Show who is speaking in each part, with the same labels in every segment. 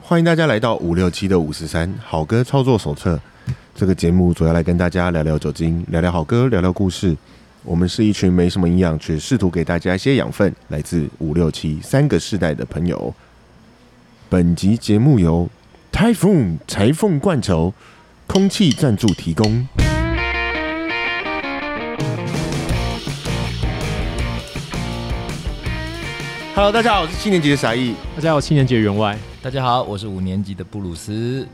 Speaker 1: 欢迎大家来到五六七的五十三好歌操作手册。这个节目主要来跟大家聊聊酒精，聊聊好歌，聊聊故事。我们是一群没什么营养，却试图给大家一些养分，来自五六七三个世代的朋友。本集节目由 Typhoon 裁缝罐头空气赞助提供。Hello，大家好，我是七年级的傻义。
Speaker 2: 大家好，七年级的员外，
Speaker 3: 大家好，我是五年级的布鲁斯。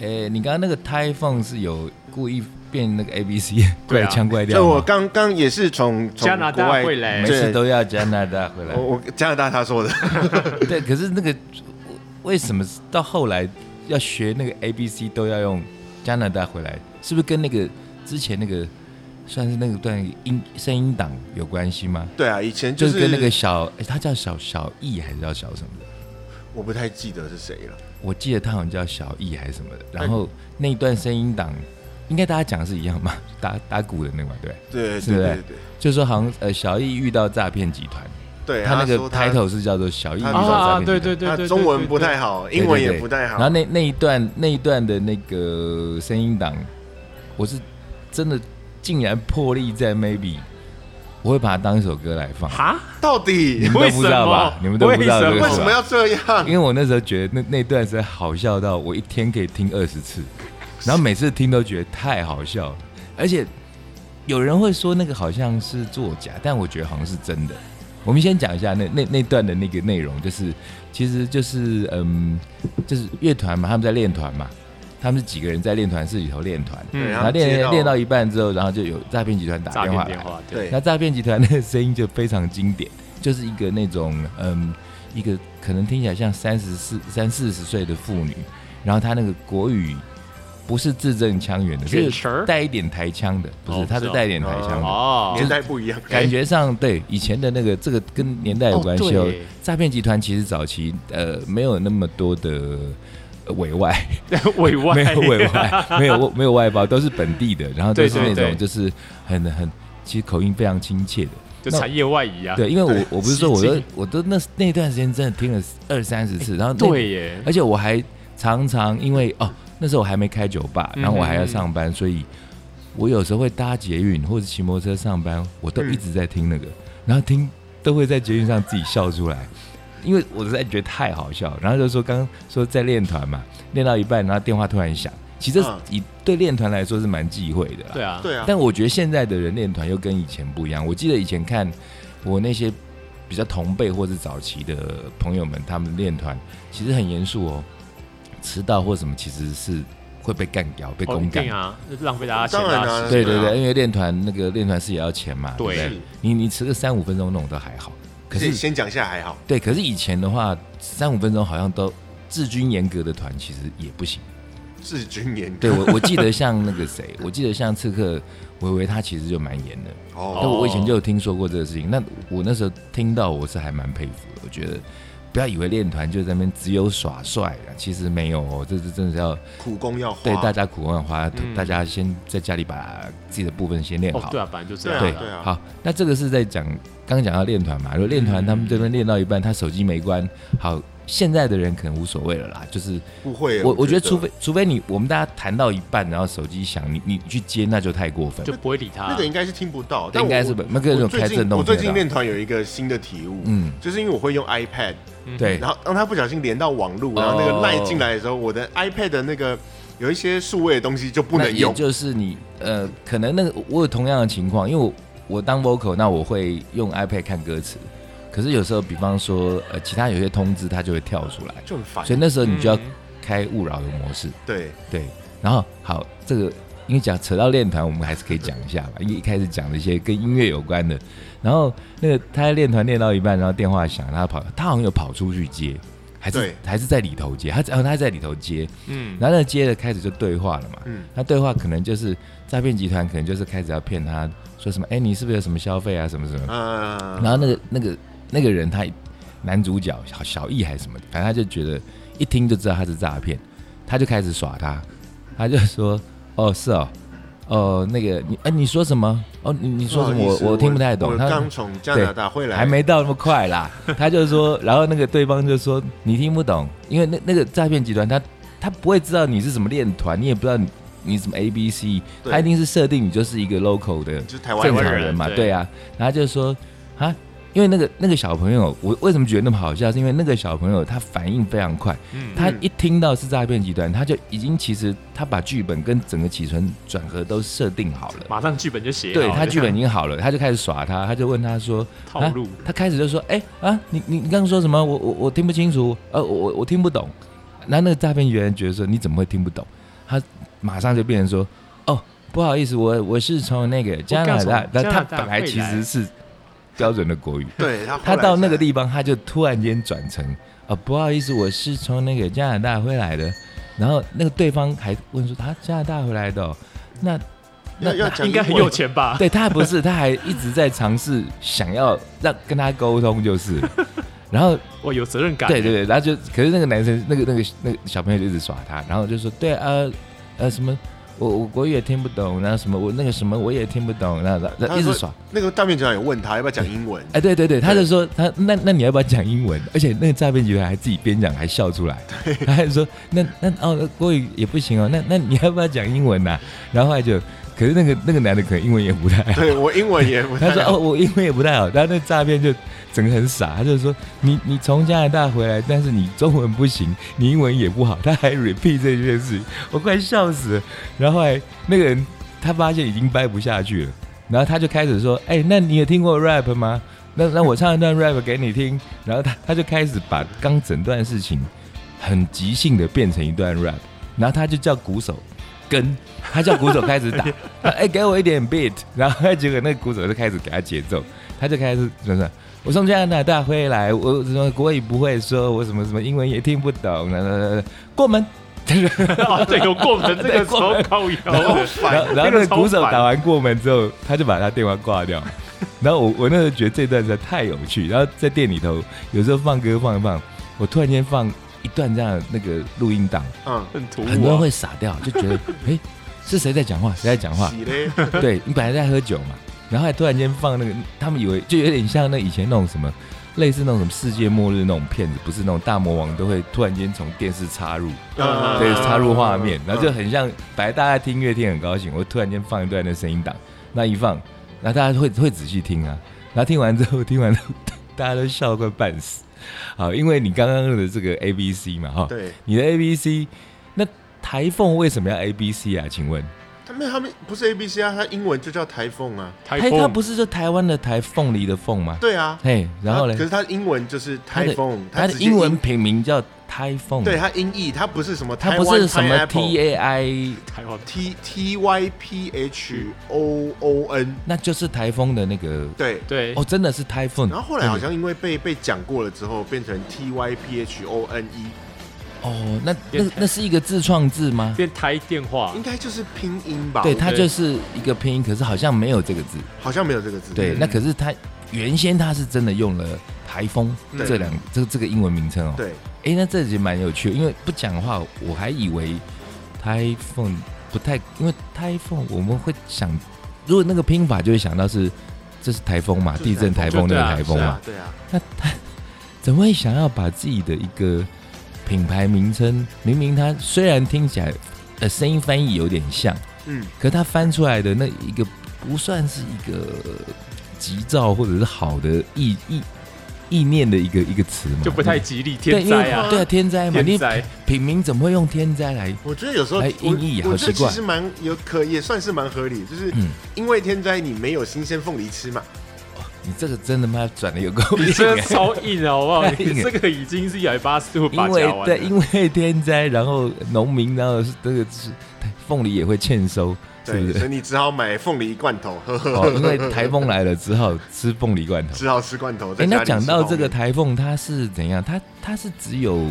Speaker 3: 诶、你刚刚那个胎缝是有故意变那个 A B C
Speaker 2: 对啊
Speaker 3: 腔怪
Speaker 1: 所以
Speaker 3: 调吗
Speaker 1: 我刚刚也是从从
Speaker 2: 加拿大
Speaker 1: 国外
Speaker 2: 会来
Speaker 3: 每
Speaker 1: 对
Speaker 3: 次哦都要加拿大回来
Speaker 1: 我。我加拿大他说的，
Speaker 3: 对，可是那个为什么到后来要学那个 A B C 都要用加拿大回来？是不是跟那个之前那个算是那个段音声音档有关系吗？
Speaker 1: 对啊，以前
Speaker 3: 就、
Speaker 1: 就是是
Speaker 3: 跟那个小，诶他叫小小易还是叫小什么的？
Speaker 1: 我不太记得是谁了，
Speaker 3: 我记得他好像叫小易还是什么的。然后那一段声音档，应该大家讲是一样吧？ 打打鼓的那个嘛，对。
Speaker 1: 对
Speaker 3: 是
Speaker 1: 对
Speaker 3: 不是
Speaker 1: 对对
Speaker 3: 就说好像呃，小易遇到诈骗集团，
Speaker 1: 对，
Speaker 3: 他那个
Speaker 1: 说
Speaker 3: title 是叫做小易遇
Speaker 1: 他
Speaker 3: 到
Speaker 1: 啊
Speaker 3: 诈骗集团，
Speaker 1: 他中文不太好，
Speaker 3: 对对
Speaker 1: 英文也
Speaker 3: 对
Speaker 1: 不太好，
Speaker 3: 然后那那一段那一段的那个声音档，我是真的竟然破例在 maybe，我会把它当一首歌来放，
Speaker 2: 哈，
Speaker 1: 到底
Speaker 3: 你们都不知道吧？你
Speaker 2: 为什么
Speaker 3: 们都不知道这个
Speaker 2: 为
Speaker 3: 是
Speaker 1: 为
Speaker 2: 什
Speaker 3: 吧
Speaker 1: 什么要这样
Speaker 3: 因？为我那时候觉得那那段实在好笑到我一天可以听二十次，然后每次听都觉得太好笑了，而且有人会说那个好像是作假，但我觉得好像是真的。我们先讲一下那那那段的那个内容，就是其实就是嗯，就是乐团嘛，他们在练团嘛，他们是几个人在练团室里头练团，
Speaker 2: 嗯
Speaker 1: 对
Speaker 3: 然后练
Speaker 1: 接
Speaker 3: 练练到一半之后，然后就有诈骗集团打
Speaker 2: 诈
Speaker 3: 电话
Speaker 2: 骗
Speaker 3: 来
Speaker 2: 电，话，
Speaker 1: 对
Speaker 3: 那诈骗集团的声音就非常经典，就是一个那种嗯，一个可能听起来像三十四、三四十岁的妇女，然后她那个国语不是字正腔圆的，
Speaker 2: 卷
Speaker 3: 是
Speaker 2: 舌儿
Speaker 3: 带一点台腔的，不
Speaker 2: 哦
Speaker 3: 是，她
Speaker 2: 是哦
Speaker 3: 是带一点台腔的。
Speaker 2: 哦
Speaker 1: 年代不一样，
Speaker 3: 感觉上对以前的那个这个跟年代有关系
Speaker 2: 哦
Speaker 3: 哦
Speaker 2: 对耶。
Speaker 3: 诈骗集团其实早期呃没有那么多的呃委外，
Speaker 2: 委外，
Speaker 3: 没有委外，没有没有外包，都是本地的，然后都是
Speaker 2: 对对
Speaker 3: 那
Speaker 2: 对
Speaker 3: 种就是很很其实口音非常亲切的。
Speaker 2: 就产业外移啊，
Speaker 3: 对，因为我我不是说我
Speaker 2: 吸
Speaker 3: 都
Speaker 2: 睛
Speaker 3: 我都那那段时间真的听了二三十次，然后那
Speaker 2: 对，耶，
Speaker 3: 而且我还常常因为哦那时候我还没开酒吧，然后我还要
Speaker 2: 嗯哼
Speaker 3: 上班，所以我有时候会搭捷运或者骑摩托车上班，我都
Speaker 1: 嗯
Speaker 3: 一直在听那个，然后听都会在捷运上自己笑出来。因为我实在觉得太好笑了，然后就说刚刚说在练团嘛，练到一半，然后电话突然响，其实这
Speaker 1: 嗯
Speaker 3: 以对练团来说是蛮忌讳的啦。
Speaker 2: 对啊，
Speaker 1: 对啊，
Speaker 3: 但我觉得现在的人练团又跟以前不一样。我记得以前看我那些比较同辈或是早期的朋友们，他们练团其实很严肃哦，迟到或什么其实是会被干掉、被
Speaker 2: 哦，一
Speaker 3: 公干。
Speaker 2: 定啊，就浪费大家钱
Speaker 1: 当然
Speaker 2: 大
Speaker 1: 啊
Speaker 2: 家时
Speaker 3: 对
Speaker 2: 间
Speaker 3: 对
Speaker 1: 对啊
Speaker 3: 对，因为练团那个练团是也要钱嘛，对
Speaker 2: 对
Speaker 3: 不对？你你迟个三五分钟那种都还好，可
Speaker 1: 先
Speaker 3: 是
Speaker 1: 先讲一下还好，
Speaker 3: 对，可是以前的话，三五分钟好像都治军严格的团其实也不行。
Speaker 1: 治军严
Speaker 3: 对我我记得像那个谁，我记得像刺客维维他其实就蛮严的。但
Speaker 1: 哦，
Speaker 3: 我以前就有听说过这个事情，那我那时候听到我是还蛮佩服的，我觉得不要以为练团就在那边只有耍帅啊，其实没有哦，这是真的是要
Speaker 1: 苦功要花，
Speaker 3: 对大家苦功的话，
Speaker 2: 嗯
Speaker 3: 大家先在家里把自己的部分先练
Speaker 2: 哦
Speaker 3: 好。，
Speaker 2: 对啊，反正就这
Speaker 1: 对
Speaker 2: 样
Speaker 1: 啊对
Speaker 2: 啊，
Speaker 1: 啊
Speaker 3: 好，那这个是在讲刚刚讲到练团嘛，如果练团
Speaker 1: 嗯
Speaker 3: 他们这边练到一半，他手机没关，好，现在的人可能无所谓了啦，就是
Speaker 1: 不会，
Speaker 3: 我
Speaker 1: 啊我
Speaker 3: 我觉得除非除非你我们大家谈到一半，然后手机响，你你去接那就太过分
Speaker 2: 就，不会理他
Speaker 1: 那个，应该是听不到，但
Speaker 3: 应该是
Speaker 1: 我
Speaker 3: 本那个那
Speaker 1: 我
Speaker 3: 种
Speaker 1: 最
Speaker 3: 开震
Speaker 1: 近
Speaker 3: 动
Speaker 1: 我最
Speaker 3: 听
Speaker 1: 近
Speaker 3: 得到
Speaker 1: 练团有一个新的体悟，
Speaker 3: 嗯。
Speaker 1: 就是因为我会用 iPad，
Speaker 2: 嗯
Speaker 3: 对
Speaker 1: 然后当他不小心连到网络，然后那个
Speaker 3: 哎哦
Speaker 1: 赖进来的时候，我的 iPad 的那个有一些数位的东西就不
Speaker 3: 那
Speaker 1: 能用
Speaker 3: 也。就是你呃，可能那个我有同样的情况，因为我我当 vocal，那我会用 iPad 看歌词，可是有时候比方说呃，其他有些通知它就会跳出来，
Speaker 1: 就很烦
Speaker 3: 所以那时候你就要
Speaker 2: 嗯
Speaker 3: 开勿扰的模式，
Speaker 1: 对，
Speaker 3: 对。然后好，这个因为讲扯到练团，我们还是可以讲一下吧，因为一开始讲了一些跟音乐有关的。然后那个他在练团练到一半，然后电话响，他跑，他好像有跑出去接，还是
Speaker 1: 对
Speaker 3: 还是在里头接，他呃然后他还在里头接，
Speaker 2: 嗯，
Speaker 3: 然后那接着开始就对话了嘛，
Speaker 1: 嗯
Speaker 3: 那对话可能就是诈骗集团可能就是开始要骗他说什么，哎，你是不是有什么消费啊，什么什么，然
Speaker 1: 呃，
Speaker 3: 后那个那个那个人他男主角小小易还是什么，反正他就觉得一听就知道他是诈骗，他就开始耍他，他就说，哦是哦，哦那个你哎、你说什么？哦，你你说什么？
Speaker 1: 不好意
Speaker 3: 我
Speaker 1: 思
Speaker 3: 我听不太懂。
Speaker 1: 我
Speaker 3: 他
Speaker 1: 刚从加拿大回来，
Speaker 3: 还没到那么快啦。他就说，然后那个对方就说你听不懂，因为那那个诈骗集团他他不会知道你是什么练团，你也不知道你你什么 A B C，
Speaker 1: 对
Speaker 3: 他一定是设定你就是一个 local 的
Speaker 1: 就是台湾
Speaker 3: 正
Speaker 1: 人
Speaker 3: 常
Speaker 2: 人
Speaker 3: 人嘛，
Speaker 2: 对
Speaker 3: 对啊。然后他就说啊，因为那个那个小朋友，我为什么觉得那么好笑，是因为那个小朋友他反应非常快，
Speaker 2: 嗯，
Speaker 3: 他一听到是诈骗集团，他就已经其实他把剧本跟整个起承转合都设定好了。
Speaker 2: 马上剧本就写好
Speaker 3: 对
Speaker 2: 了
Speaker 3: 他剧本已经好了，他就开始耍他，他就问他说：“
Speaker 2: 套路
Speaker 3: 啊，他开始就说：“哎、啊，你你你刚刚说什么？我我我听不清楚，呃，我我我听不懂。”然后那个诈骗员觉得说：“你怎么会听不懂？”他马上就变成说：“哦，不好意思，我我是从那个加拿大
Speaker 2: 我刚，从
Speaker 3: 但
Speaker 2: 加
Speaker 3: 他
Speaker 2: 拿大
Speaker 3: 本来
Speaker 2: 回
Speaker 3: 其
Speaker 2: 来
Speaker 3: 实是标准的国语，
Speaker 1: 对他后来
Speaker 3: 他到那个
Speaker 1: 才
Speaker 3: 地方他就突然间转成：啊、不好意思，我是从那个加拿大回来的。”然后那个对方还问说：“他、啊加拿大回来的、哦，那那
Speaker 1: 要要
Speaker 3: 那
Speaker 1: 讲
Speaker 2: 应该
Speaker 1: 英
Speaker 2: 很
Speaker 1: 文
Speaker 2: 有钱吧？
Speaker 3: 对他还不是，他还一直在尝试想要让跟他沟 通，就是，然后
Speaker 2: 我有责任感。
Speaker 3: 对对对，然后就可是那个男生那个那个那个小朋友就一直耍他，然后就说对呃呃什么我我国语也听不懂，然后什么我那个什么我也听不懂，然后然后然
Speaker 1: 他
Speaker 3: 后一直
Speaker 1: 说
Speaker 3: 耍，
Speaker 1: 那个大面长也问他要不要讲英文，
Speaker 3: 哎对对对，他就说他那那你要不要讲英文？而且那个诈骗集团还自己边讲还笑出来，他还说那那哦那国语也不行哦，那那你要不要讲英文呐、然后后来就可是那个那个男的可能英文也不太好。
Speaker 1: 对我英文也不
Speaker 3: 他
Speaker 1: 太
Speaker 3: 说：“
Speaker 1: 好
Speaker 3: 哦，我英文也不太好。”然后那诈骗就整个很傻，他就说：“你你从加拿大回来，但是你中文不行，你英文也不好。”他还 repeat 这件事情，我快笑死了。然后后来那个人他发现已经掰不下去了，然后他就开始说：“哎、那你有听过 rap 吗？那那我唱一段 rap 给你听。”然后他他就开始把刚整段事情很即兴的变成一段 rap，然后他就叫鼓手跟，他叫鼓手开 始打，他哎、给我一点 beat，然后结果那个鼓手就开始给他节奏，他就开始什么，我从加拿大回来，我什么国语不会说，我什么什么英文也听不懂，然后然后然后过门。
Speaker 2: 啊，对，有过门这
Speaker 3: 对
Speaker 2: 个
Speaker 3: 过
Speaker 2: 超
Speaker 3: 门
Speaker 2: 高
Speaker 1: 好
Speaker 2: 腰，
Speaker 1: 烦
Speaker 3: 然后，然后
Speaker 2: 那
Speaker 3: 那
Speaker 2: 个
Speaker 3: 个鼓手
Speaker 2: 超烦
Speaker 3: 打完过门之后，他就把他电话挂掉。然后我我那时候觉得这段实在太有趣，然后在店里头有时候放歌放一放，我突然间放一段这样的那个录音档，
Speaker 1: 嗯，
Speaker 2: 很突
Speaker 3: 很多人
Speaker 2: 兀啊。
Speaker 3: 会傻掉，就觉得哎、诶是谁在讲话？谁在讲话？
Speaker 1: 洗嘞，
Speaker 3: 对你本来在喝酒嘛，然后还突然间放那个，他们以为就有点像那以前那种什么，类似那种什么世界末日那种片子，不是那种大魔王都会突然间从电视插入，
Speaker 1: 嗯
Speaker 3: 对，插入画面，然后就
Speaker 1: 嗯
Speaker 3: 很像，本来大家听音乐听很高兴，我突然间放一段那声音档，那一放，然后大家会会仔细听啊，然后听完之后，听完之后，大家都笑得快半死。好，因为你刚刚的这个 A B C 嘛，哈，
Speaker 1: 对，
Speaker 3: 你的 A B C，那台风为什么要 A B C 啊？请问？
Speaker 1: 他们他们不是 A B C 啊，他英文就叫台风啊，
Speaker 2: 台
Speaker 3: 哎，它
Speaker 2: 风
Speaker 3: 不是就台湾的台凤梨的凤吗？
Speaker 1: 对啊，
Speaker 3: 嘿，然后
Speaker 1: 他可
Speaker 3: 嘞，
Speaker 1: 是他英文就是
Speaker 3: 它
Speaker 1: 台
Speaker 3: 的
Speaker 1: 风，
Speaker 3: 它的
Speaker 1: 直接
Speaker 3: 英文品名叫台凤，
Speaker 1: 对，他音译，他不是什么
Speaker 3: 它
Speaker 1: 台
Speaker 3: 不
Speaker 1: 湾
Speaker 3: 是什么 T
Speaker 1: pineapple
Speaker 3: A I，
Speaker 2: 台湾
Speaker 1: T T Y P H O O N，
Speaker 3: 那就是台风的那个
Speaker 1: 对。
Speaker 2: 对
Speaker 3: 哦，真的是台风。
Speaker 1: 然后后来好像因为被被讲过了之后，变成 T Y P H O N E，
Speaker 3: 哦，那那
Speaker 2: 变台
Speaker 3: 那是一个自创字吗？
Speaker 2: 变台电话
Speaker 1: 应，该就是拼音吧？
Speaker 3: 对，它
Speaker 2: 对
Speaker 3: 就是一个拼音，可是好像没有这个字。
Speaker 1: 好像没有这个字。
Speaker 3: 对，
Speaker 2: 嗯
Speaker 3: 那可是它原先它是真的用了台风
Speaker 1: 对
Speaker 3: 这两这这个英文名称哦。
Speaker 1: 对，
Speaker 3: 哎，那这集蛮有趣的，因为不讲话，我还以为 iPhone 不太，因为 iPhone 我们会想，如果那个拼法就会想到是这是台风嘛，
Speaker 1: 就是
Speaker 3: 地震、台
Speaker 1: 台
Speaker 3: 风
Speaker 2: 风就对啊
Speaker 3: 那个台
Speaker 1: 是
Speaker 3: 风嘛
Speaker 1: 啊，，对啊，
Speaker 3: 那他怎么会想要把自己的一个品牌名称，明明它虽然听起来呃声音翻译有点像，
Speaker 1: 嗯，
Speaker 3: 可它翻出来的那一个不算是一个急躁或者是好的意意意念的一个一个词嘛，
Speaker 2: 就不太
Speaker 3: 嗯
Speaker 2: 吉利，
Speaker 3: 对，
Speaker 2: 天
Speaker 3: 因为
Speaker 2: 灾啊，
Speaker 3: 对啊，天灾嘛，
Speaker 2: 天
Speaker 3: 你
Speaker 2: 灾
Speaker 3: 品名怎么会用天灾来？
Speaker 1: 我觉得有时候
Speaker 3: 哎
Speaker 1: 我
Speaker 3: 音译
Speaker 1: 我
Speaker 3: 好
Speaker 1: 觉得
Speaker 3: 奇怪
Speaker 1: 其实蛮有可也算是蛮合理，就是
Speaker 3: 嗯，
Speaker 1: 因为天灾你没有新鲜凤梨吃嘛，
Speaker 3: 你这个真的妈转的有够
Speaker 2: 你
Speaker 3: 硬
Speaker 2: 这个
Speaker 3: 欸、
Speaker 2: 超硬的好不好？
Speaker 3: 太硬了
Speaker 2: 你这个已经是一百八十度
Speaker 3: 因
Speaker 2: 把
Speaker 3: 为
Speaker 2: 夹完
Speaker 3: 对，
Speaker 2: 了，
Speaker 3: 因为天灾，然后农民，然后是这个是凤梨也会欠收，是不
Speaker 1: 对，
Speaker 3: 是
Speaker 1: 所？以你只好买凤梨罐头，呵呵，
Speaker 3: 哦，因为台风来了，只好吃凤梨罐头。
Speaker 1: 只好吃罐头。在
Speaker 3: 哎、
Speaker 1: 家
Speaker 3: 那
Speaker 1: 里
Speaker 3: 讲
Speaker 1: 吃
Speaker 3: 到
Speaker 1: 泡
Speaker 3: 这个
Speaker 1: 面，
Speaker 3: 台风，呃它是怎样？它它是只有，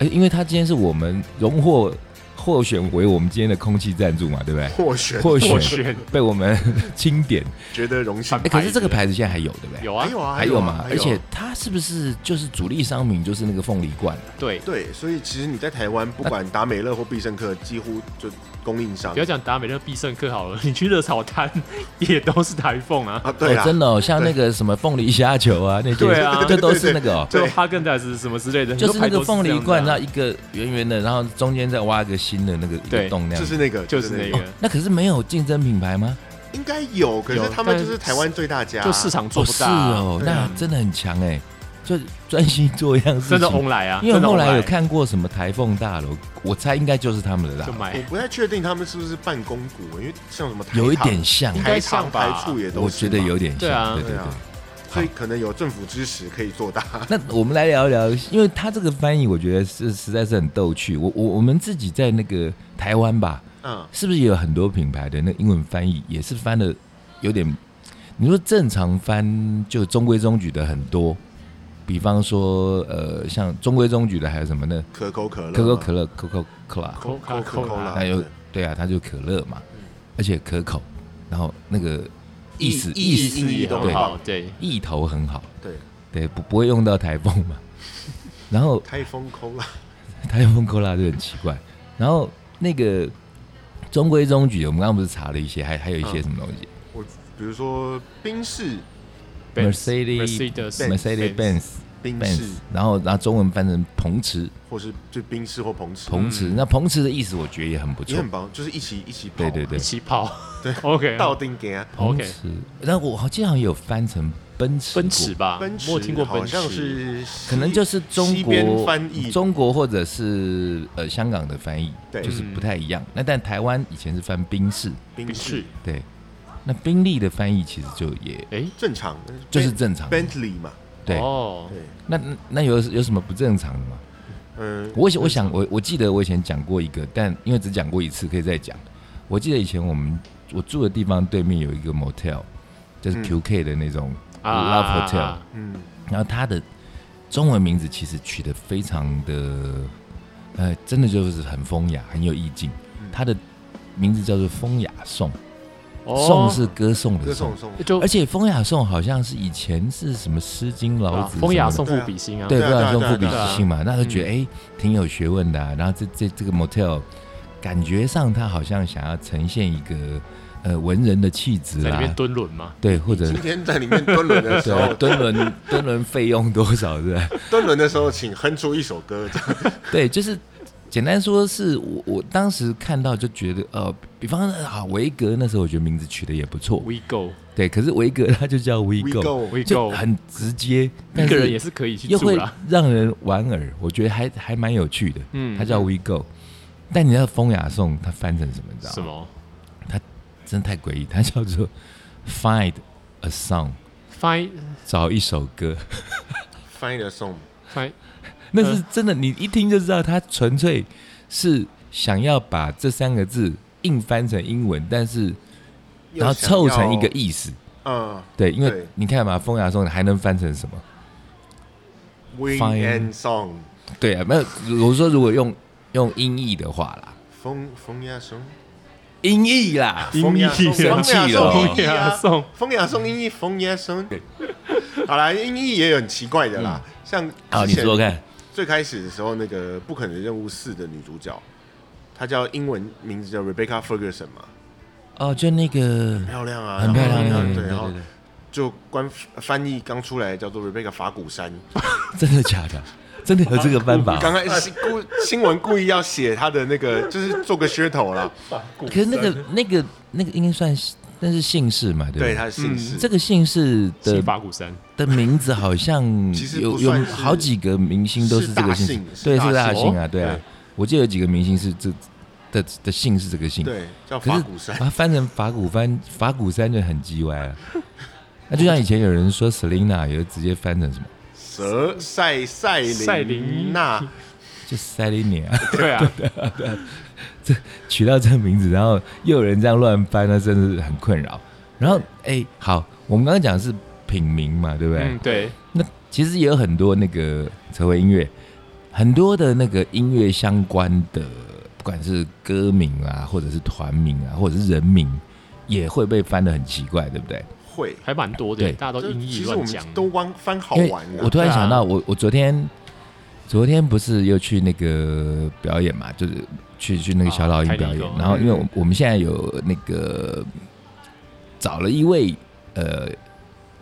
Speaker 3: 哎、因为它今天是我们荣获获选为我们今天的空气赞助嘛，对不对？
Speaker 1: 获选
Speaker 3: 获
Speaker 2: 我
Speaker 3: 选
Speaker 2: 选
Speaker 3: 被我们 清点。
Speaker 1: 觉得荣幸
Speaker 3: 哎，可是这个牌子现在还有，对不对？
Speaker 2: 有啊，
Speaker 1: 有啊
Speaker 3: 还有嘛
Speaker 1: 啊？
Speaker 3: 而且它是不是就是主力商品就是那个凤梨罐？啊
Speaker 2: 对，
Speaker 1: 对，所以其实你在台湾不管达美乐或必胜客，几乎就供应商
Speaker 2: 不要讲达美乐、必胜客好了，你去热炒摊也都是台凤啊，
Speaker 1: 啊，对
Speaker 3: 哦
Speaker 1: 啦，
Speaker 3: 真的哦，像那个什么凤梨虾球啊，那些
Speaker 2: 对啊
Speaker 3: 这都是那个哦。
Speaker 1: 对
Speaker 2: 就哈根达斯什么之类的，
Speaker 3: 就是那
Speaker 2: 很多牌都
Speaker 3: 个凤
Speaker 2: 这
Speaker 3: 梨
Speaker 2: 样子啊
Speaker 3: 罐，然后一个圆圆的，然后中间再挖一个新的那个一
Speaker 2: 对
Speaker 3: 个洞那样
Speaker 1: 就
Speaker 3: 子。
Speaker 1: 是那个，
Speaker 2: 就是那个
Speaker 3: 哦，那可是没有竞争品牌吗？
Speaker 1: 应该有，可是
Speaker 2: 有
Speaker 1: 他们就
Speaker 2: 但
Speaker 1: 是台湾最大家，
Speaker 2: 就市场做
Speaker 3: 哦，
Speaker 2: 不
Speaker 3: 是
Speaker 2: 大啊，
Speaker 3: 哦，
Speaker 1: 对
Speaker 3: 那
Speaker 1: 啊
Speaker 3: 真的很强哎，就专心做一样事情。
Speaker 2: 真的红来啊，
Speaker 3: 因为
Speaker 2: 真的
Speaker 3: 后
Speaker 2: 红
Speaker 3: 来有看过什么台风大楼，我猜应该就是他们的
Speaker 2: 就
Speaker 3: 啦，
Speaker 1: 我
Speaker 2: 买，
Speaker 1: 不太确定他们是不是办公股，因为像什么台糖
Speaker 3: 有一点像，啊
Speaker 2: 应
Speaker 1: 台
Speaker 2: 该
Speaker 1: 厂
Speaker 2: 像
Speaker 1: 台
Speaker 2: 吧
Speaker 1: 处也都是嘛，
Speaker 3: 我觉得有点像，
Speaker 2: 对啊
Speaker 3: 对对
Speaker 1: 对啊
Speaker 3: 对。
Speaker 1: 所以可能有政府支持可以做大。
Speaker 3: 那我们来聊一聊，因为他这个翻译，我觉得是实在是很逗趣。我我我们自己在那个台湾吧，
Speaker 1: 嗯，
Speaker 3: 是不是也有很多品牌的那英文翻译也是翻的有点？你说正常翻就中规中矩的很多，比方说呃，像中规中矩的还有什么呢？
Speaker 1: 可口可乐，
Speaker 3: 可口可乐、Coca Cola，
Speaker 1: 可可可口可
Speaker 2: 啊
Speaker 1: 乐，
Speaker 3: 还有对啊，它就可乐嘛，而且可口，然后那个意思
Speaker 1: 意
Speaker 3: 意思
Speaker 1: 意义都
Speaker 2: 很
Speaker 3: 对
Speaker 2: 好，对，
Speaker 3: 意头很好，
Speaker 1: 对
Speaker 3: 对不不会用到台风嘛，然后
Speaker 1: 开封口啦，
Speaker 3: 台风扣拉就很奇怪，然后那个中规中矩，我们刚刚不是查了一些，还还有一
Speaker 1: 嗯
Speaker 3: 些什么东西
Speaker 1: 我比如说宾士、
Speaker 3: Mercedes-
Speaker 2: Mercedes
Speaker 3: ，Mercedes Benz
Speaker 1: 宾士
Speaker 3: Benz，，然后然后中文翻成鹏驰，
Speaker 1: 或是就宾士或鹏驰，
Speaker 3: 鹏驰，那鹏驰的意思我觉得也很不
Speaker 1: 嗯也
Speaker 3: 错
Speaker 1: 很，棒，就是一起一起跑
Speaker 3: 对
Speaker 1: 嘛，
Speaker 3: 对对
Speaker 2: 一，起跑，
Speaker 1: 对
Speaker 2: ，OK，
Speaker 1: 到定给啊。
Speaker 3: 鹏
Speaker 2: OK
Speaker 3: 驰，然后我好经常有翻成奔驰过，
Speaker 2: 奔驰吧，
Speaker 1: 奔驰
Speaker 2: 啊我有听过
Speaker 1: 好
Speaker 2: 奔
Speaker 1: 像
Speaker 2: 驰，
Speaker 1: 是
Speaker 3: 可能就是中
Speaker 1: 西
Speaker 3: 国
Speaker 1: 边翻译
Speaker 3: 中国或者是呃香港的翻译，
Speaker 1: 对
Speaker 3: 就是不太一样。那但台湾以前是翻宾士，
Speaker 1: 宾
Speaker 2: 宾士
Speaker 1: 士，，
Speaker 3: 对，那宾利的翻译其实就也
Speaker 2: 哎，
Speaker 1: 正常
Speaker 3: 就是正常的。
Speaker 1: Bentley 嘛，
Speaker 3: 对，
Speaker 2: 哦，
Speaker 1: 对，
Speaker 3: 那那那有有什么不正常的吗？
Speaker 1: 嗯，
Speaker 3: 我想我想我我记得我以前讲过一个，但因为只讲过一次，可以再讲。我记得以前我们我住的地方对面有一个 motel，就是
Speaker 2: 嗯
Speaker 3: QK 的那种 love hotel，、
Speaker 2: 啊
Speaker 1: 嗯，
Speaker 3: 然后它的中文名字其实取得非常的，呃，真的就是很风雅，很有意境
Speaker 1: 嗯。
Speaker 3: 它的名字叫做风雅颂，颂
Speaker 2: 哦，
Speaker 3: 是歌颂的
Speaker 1: 歌
Speaker 3: 颂
Speaker 1: 颂，颂，
Speaker 2: 就
Speaker 3: 而且风雅颂好像是以前是什么《诗经》老
Speaker 2: 啊
Speaker 3: 子什么的，
Speaker 2: 风雅颂腹比心啊，
Speaker 3: 对，
Speaker 1: 对啊
Speaker 3: 风雅颂
Speaker 1: 对啊
Speaker 3: 赋比
Speaker 1: 对
Speaker 2: 啊
Speaker 3: 之心嘛，那就觉得哎、挺有学问的、啊。然后这这这个 motel 感觉上，它好像想要呈现一个呃文人的气质
Speaker 2: 在里
Speaker 3: 啦
Speaker 2: 面，蹲轮嘛，
Speaker 3: 对，或 者
Speaker 1: 今天在里面蹲轮的时
Speaker 3: 对
Speaker 1: 候，
Speaker 3: 蹲轮蹲轮费用多少是吧？
Speaker 1: 蹲轮的时候，请哼出一首歌，这样
Speaker 3: 对，就是简单说是我我当时看到就觉得，呃，比方说啊，维格那时候我觉得名字取得也不错，
Speaker 2: We go，
Speaker 3: 对，可是维格他就叫
Speaker 1: We
Speaker 3: WeGo，
Speaker 1: Go，
Speaker 2: We
Speaker 3: 就
Speaker 2: go，
Speaker 3: 很直接，但
Speaker 2: 一个人
Speaker 3: 是
Speaker 2: 也是可以去
Speaker 3: 又
Speaker 2: 住
Speaker 3: 会
Speaker 2: 啦。
Speaker 3: 让人莞尔，我觉得还还蛮有趣的。
Speaker 2: 嗯
Speaker 3: 他叫 WeGo，但你知道《风雅颂》它翻成什么？你知道
Speaker 2: 什
Speaker 3: 吗？
Speaker 2: 么
Speaker 3: 真的太诡异，它叫做 Find a Song，
Speaker 2: ？Find
Speaker 3: 找一首歌。
Speaker 1: Find a song，
Speaker 2: find
Speaker 3: 那是真的，你一听就知道他纯粹是想要把这三个字硬翻成英文，但是然后凑成一个意思。
Speaker 1: 嗯
Speaker 3: 对，因为
Speaker 1: 对
Speaker 3: 你看嘛，风牙颂还能翻成什么？
Speaker 1: ，Wind
Speaker 3: Find-
Speaker 1: and song，
Speaker 3: 对啊，没有，我说如果用用音译的话啦，
Speaker 1: 风风雅颂，
Speaker 3: 音译啊啦，
Speaker 1: 风雅颂，
Speaker 2: 生
Speaker 3: 气了
Speaker 1: 风
Speaker 2: 风
Speaker 1: 雅
Speaker 2: 雅
Speaker 1: 颂
Speaker 2: 颂，
Speaker 1: 啊风雅颂音译，风雅颂。好啦，音译也有很奇怪的啦，像
Speaker 3: 嗯好，你
Speaker 1: 之前
Speaker 3: 说说看，
Speaker 1: 最开始的时候，那个《不可能任务四》的女主角，她叫英文名字叫 Rebecca Ferguson 嘛，
Speaker 3: 哦，就那个
Speaker 1: 漂亮啊，
Speaker 3: 很漂亮，
Speaker 1: 然
Speaker 3: 那
Speaker 1: 后然
Speaker 3: 个
Speaker 1: 后
Speaker 3: 人
Speaker 1: 对，
Speaker 3: 对
Speaker 1: 然后
Speaker 3: 对
Speaker 1: 就官翻译刚出来叫做 Rebecca 法鼓山，
Speaker 3: 对，真的假的？真的有这个办法？
Speaker 1: 刚开始故新闻故意要写她的那个，就是做个噱头啦，
Speaker 3: 可是那个那个那个应该算是那是姓氏嘛，对不
Speaker 1: 对
Speaker 3: 对？嗯
Speaker 1: 她的姓氏。
Speaker 3: 这个姓氏
Speaker 2: 西
Speaker 3: 的
Speaker 2: 法鼓山，
Speaker 3: 的名字好像
Speaker 1: 其实不
Speaker 3: 有有
Speaker 1: 算是
Speaker 3: 好几个明星都
Speaker 1: 是
Speaker 3: 这
Speaker 1: 大
Speaker 3: 个姓
Speaker 1: 姓
Speaker 3: 氏，
Speaker 1: 是
Speaker 3: 对，
Speaker 1: 大
Speaker 3: 是大
Speaker 1: 姓
Speaker 3: 姓啊，
Speaker 1: 哦
Speaker 3: 对啊
Speaker 1: 对。
Speaker 3: 我记得有几个明星是这的的姓是这个姓，
Speaker 1: 对，叫
Speaker 3: 可
Speaker 1: 法
Speaker 3: 是啊
Speaker 1: 鼓山。
Speaker 3: 把它翻成法鼓翻法鼓山就很叽歪了。那就像以前有人说 Selina，有人直接翻成什么，
Speaker 1: 蛇塞塞
Speaker 2: 塞
Speaker 1: 琳
Speaker 2: 琳
Speaker 1: 娜，
Speaker 3: 就 Selina，
Speaker 2: 对啊，
Speaker 3: 取到这个名字，然后又有人这样乱翻，那真的是很困扰。然后哎，好，我们刚刚讲的是品名嘛，对不对？
Speaker 2: 嗯，对，
Speaker 3: 那其实也有很多那个扯回音乐，很多的那个音乐相关的管是歌名啊，或者是团名啊，或者是人名，也会被翻得很奇怪，对不对？
Speaker 1: 会，
Speaker 2: 还蛮多的，
Speaker 3: 对
Speaker 2: 大家都
Speaker 1: 这
Speaker 2: 音
Speaker 1: 其
Speaker 2: 译
Speaker 1: 实我
Speaker 2: 乱
Speaker 1: 们
Speaker 2: 讲。
Speaker 1: 都弯翻好
Speaker 3: 因为
Speaker 1: 玩啊
Speaker 3: 我突然想
Speaker 2: 对啊
Speaker 3: 到，我我昨天昨天不是又去那个表演嘛，就是去去那个小老
Speaker 2: 啊
Speaker 3: 鹰
Speaker 2: 泰迪
Speaker 3: 表演
Speaker 2: 狗，
Speaker 3: 然后因为我我们现在有那个找了一位呃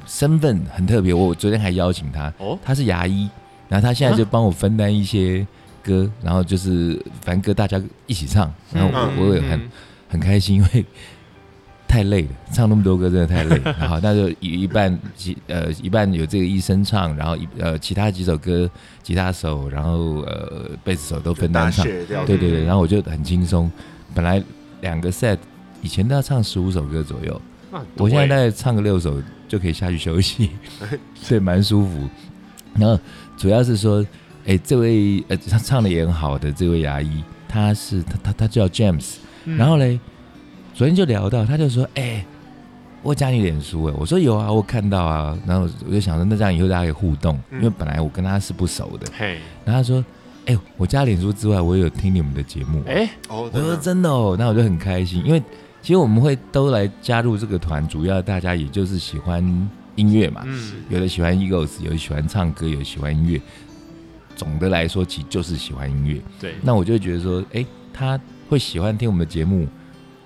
Speaker 3: 身份很特别，我我昨天还邀请他，
Speaker 2: 哦，
Speaker 3: 他是牙医，然后他现在就帮我分担一些歌，然后就是反正歌大家一起唱，然后
Speaker 1: 嗯
Speaker 3: 我我也很
Speaker 2: 嗯
Speaker 3: 很开心，因为太累了，唱那么多歌真的太累了。 好，那就一一半几呃一半有这个医生唱，然后一呃其他几首歌吉他手，然后呃贝斯手都分
Speaker 1: 大
Speaker 3: 担唱，
Speaker 1: 卸掉
Speaker 3: 对对对，
Speaker 2: 嗯
Speaker 3: 然后我就很轻松。本来两个 set 以前都要唱十五首歌左右，
Speaker 2: 那很多
Speaker 3: 我现在
Speaker 2: 欸
Speaker 3: 大概唱个六首就可以下去休息，对，蛮舒服。然后主要是说，哎、这位呃他唱的也很好的这位牙医，他是他他他叫 James，、
Speaker 2: 嗯
Speaker 3: 然后嘞，昨天就聊到，他就说，哎、我加你脸书哎，我说有啊，我看到啊，然后我就想说，那这样以后大家可以互动，
Speaker 1: 嗯
Speaker 3: 因为本来我跟他是不熟的。
Speaker 2: 嗯嘿，
Speaker 3: 然后他说，哎、我加脸书之外，我也有听你们的节目，啊
Speaker 2: 哎，
Speaker 1: 哦，
Speaker 3: 我说
Speaker 1: 真的
Speaker 3: 真的哦，那我就很开心，因为其实我们会都来加入这个团，主要大家也就是喜欢音乐嘛，
Speaker 2: 嗯，
Speaker 3: 有的喜欢 Eagles，有的喜欢唱歌，有的喜欢音乐。总的来说，其实就是喜欢音乐。
Speaker 2: 对，
Speaker 3: 那我就会觉得说，哎、他会喜欢听我们的节目，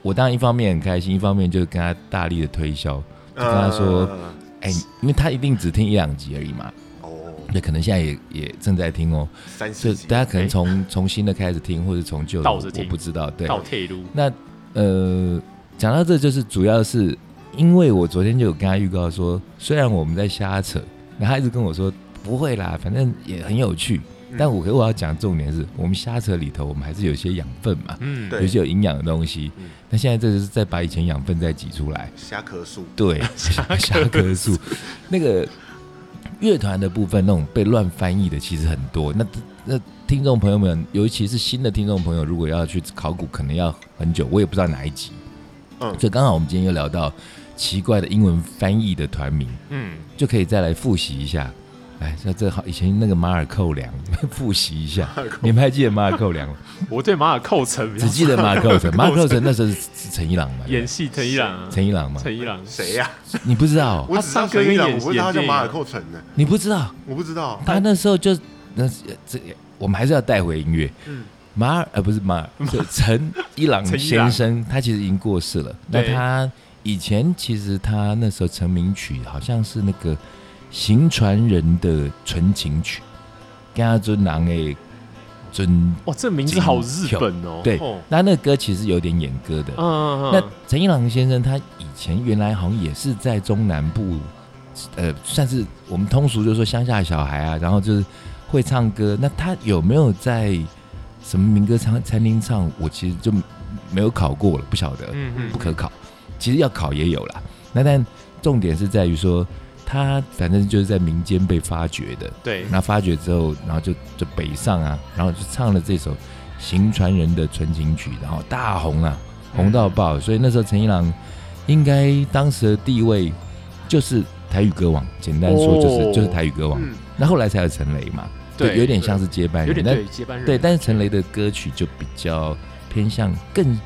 Speaker 3: 我当然一方面很开心，一方面就是跟他大力的推销。就跟他说
Speaker 1: 呃
Speaker 3: 哎、因为他一定只听一两集而已嘛，
Speaker 1: 哦，
Speaker 3: 对，可能现在也也正在听哦，
Speaker 1: 三
Speaker 3: 所
Speaker 1: 十
Speaker 3: 以
Speaker 1: 几，
Speaker 3: 大家可能
Speaker 2: 哎
Speaker 3: 从从新的开始听，或者从旧的，
Speaker 2: 倒着
Speaker 3: 我
Speaker 2: 听
Speaker 3: 不知道，对，
Speaker 2: 倒退路，
Speaker 3: 那呃，讲到这就是主要是因为我昨天就有跟他预告说，虽然我们在瞎扯，然后他一直跟我说不会啦，反正也很有趣。
Speaker 1: 嗯
Speaker 3: 但我可我要讲重点是我们瞎扯里头，我们还是有一些养分嘛，
Speaker 2: 嗯，
Speaker 1: 对
Speaker 3: 有一些有营养的东西
Speaker 1: 嗯。
Speaker 3: 那现在这就是再把以前养分再挤出来，
Speaker 1: 虾壳素，
Speaker 3: 对，虾壳素那个乐团的部分，那种被乱翻译的其实很多。那那听众朋友们，尤其是新的听众朋友，如果要去考古，可能要很久，我也不知道哪一集。
Speaker 1: 嗯
Speaker 3: 所以刚好我们今天又聊到奇怪的英文翻译的团名，
Speaker 2: 嗯，
Speaker 3: 就可以再来复习一下。哎，这这好，以前那个马尔寇良，你们复习一下。你们还记得马尔寇良吗？
Speaker 2: 我对马尔寇城比较
Speaker 3: 只记得马尔 寇城，马尔寇城那时候是陈一郎嘛，对
Speaker 2: 演
Speaker 3: 不
Speaker 2: 戏陈一郎啊
Speaker 3: 对，陈一郎嘛，
Speaker 2: 陈一郎
Speaker 1: 谁呀？
Speaker 3: 你不知道哦，
Speaker 1: 我只知道陈一郎，我不知道他
Speaker 2: 唱歌跟演
Speaker 1: 叫
Speaker 2: 演
Speaker 1: 马尔寇城呢，
Speaker 3: 你不知道，
Speaker 1: 我不知道。
Speaker 3: 他那时候就那这，我们还是要带回音乐。
Speaker 1: 嗯
Speaker 3: 马尔呃不是马 尔，就陈一郎
Speaker 2: 陈一
Speaker 3: 先
Speaker 2: 郎
Speaker 3: 生，他其实已经过世了。那
Speaker 2: 对
Speaker 3: 他以前其实他那时候成名曲好像是那个《行船人的纯情曲》，跟他尊郎诶尊
Speaker 2: 哇，这名字好日本哦，
Speaker 3: 对
Speaker 2: 哦，
Speaker 3: 那那个歌其实有点演歌的。
Speaker 2: 嗯，
Speaker 3: 那陈一郎先生他以前原来好像也是在中南部，呃，算是我们通俗就说乡下小孩啊，然后就是会唱歌。那他有没有在什么民歌餐餐厅唱？我其实就没有考过了，不晓得，
Speaker 2: 嗯嗯，
Speaker 3: 不可考。其实要考也有啦，那但重点是在于说他反正就是在民间被发掘的，
Speaker 2: 对，
Speaker 3: 那发掘之后，然后就就北上啊，然后就唱了这首《行船人的纯情曲》，然后大红啊，
Speaker 2: 嗯
Speaker 3: 红到爆。所以那时候陈一郎应该当时的地位就是台语歌王，简单说就是、
Speaker 2: 哦
Speaker 3: 就是台语歌王。
Speaker 1: 嗯，
Speaker 3: 那后来才有陈雷嘛，
Speaker 2: 对
Speaker 3: 有点像是接班
Speaker 2: 有
Speaker 3: 人，
Speaker 2: 点
Speaker 3: 但
Speaker 2: 对接班人，
Speaker 3: 对，但是陈雷的歌曲就比较偏向更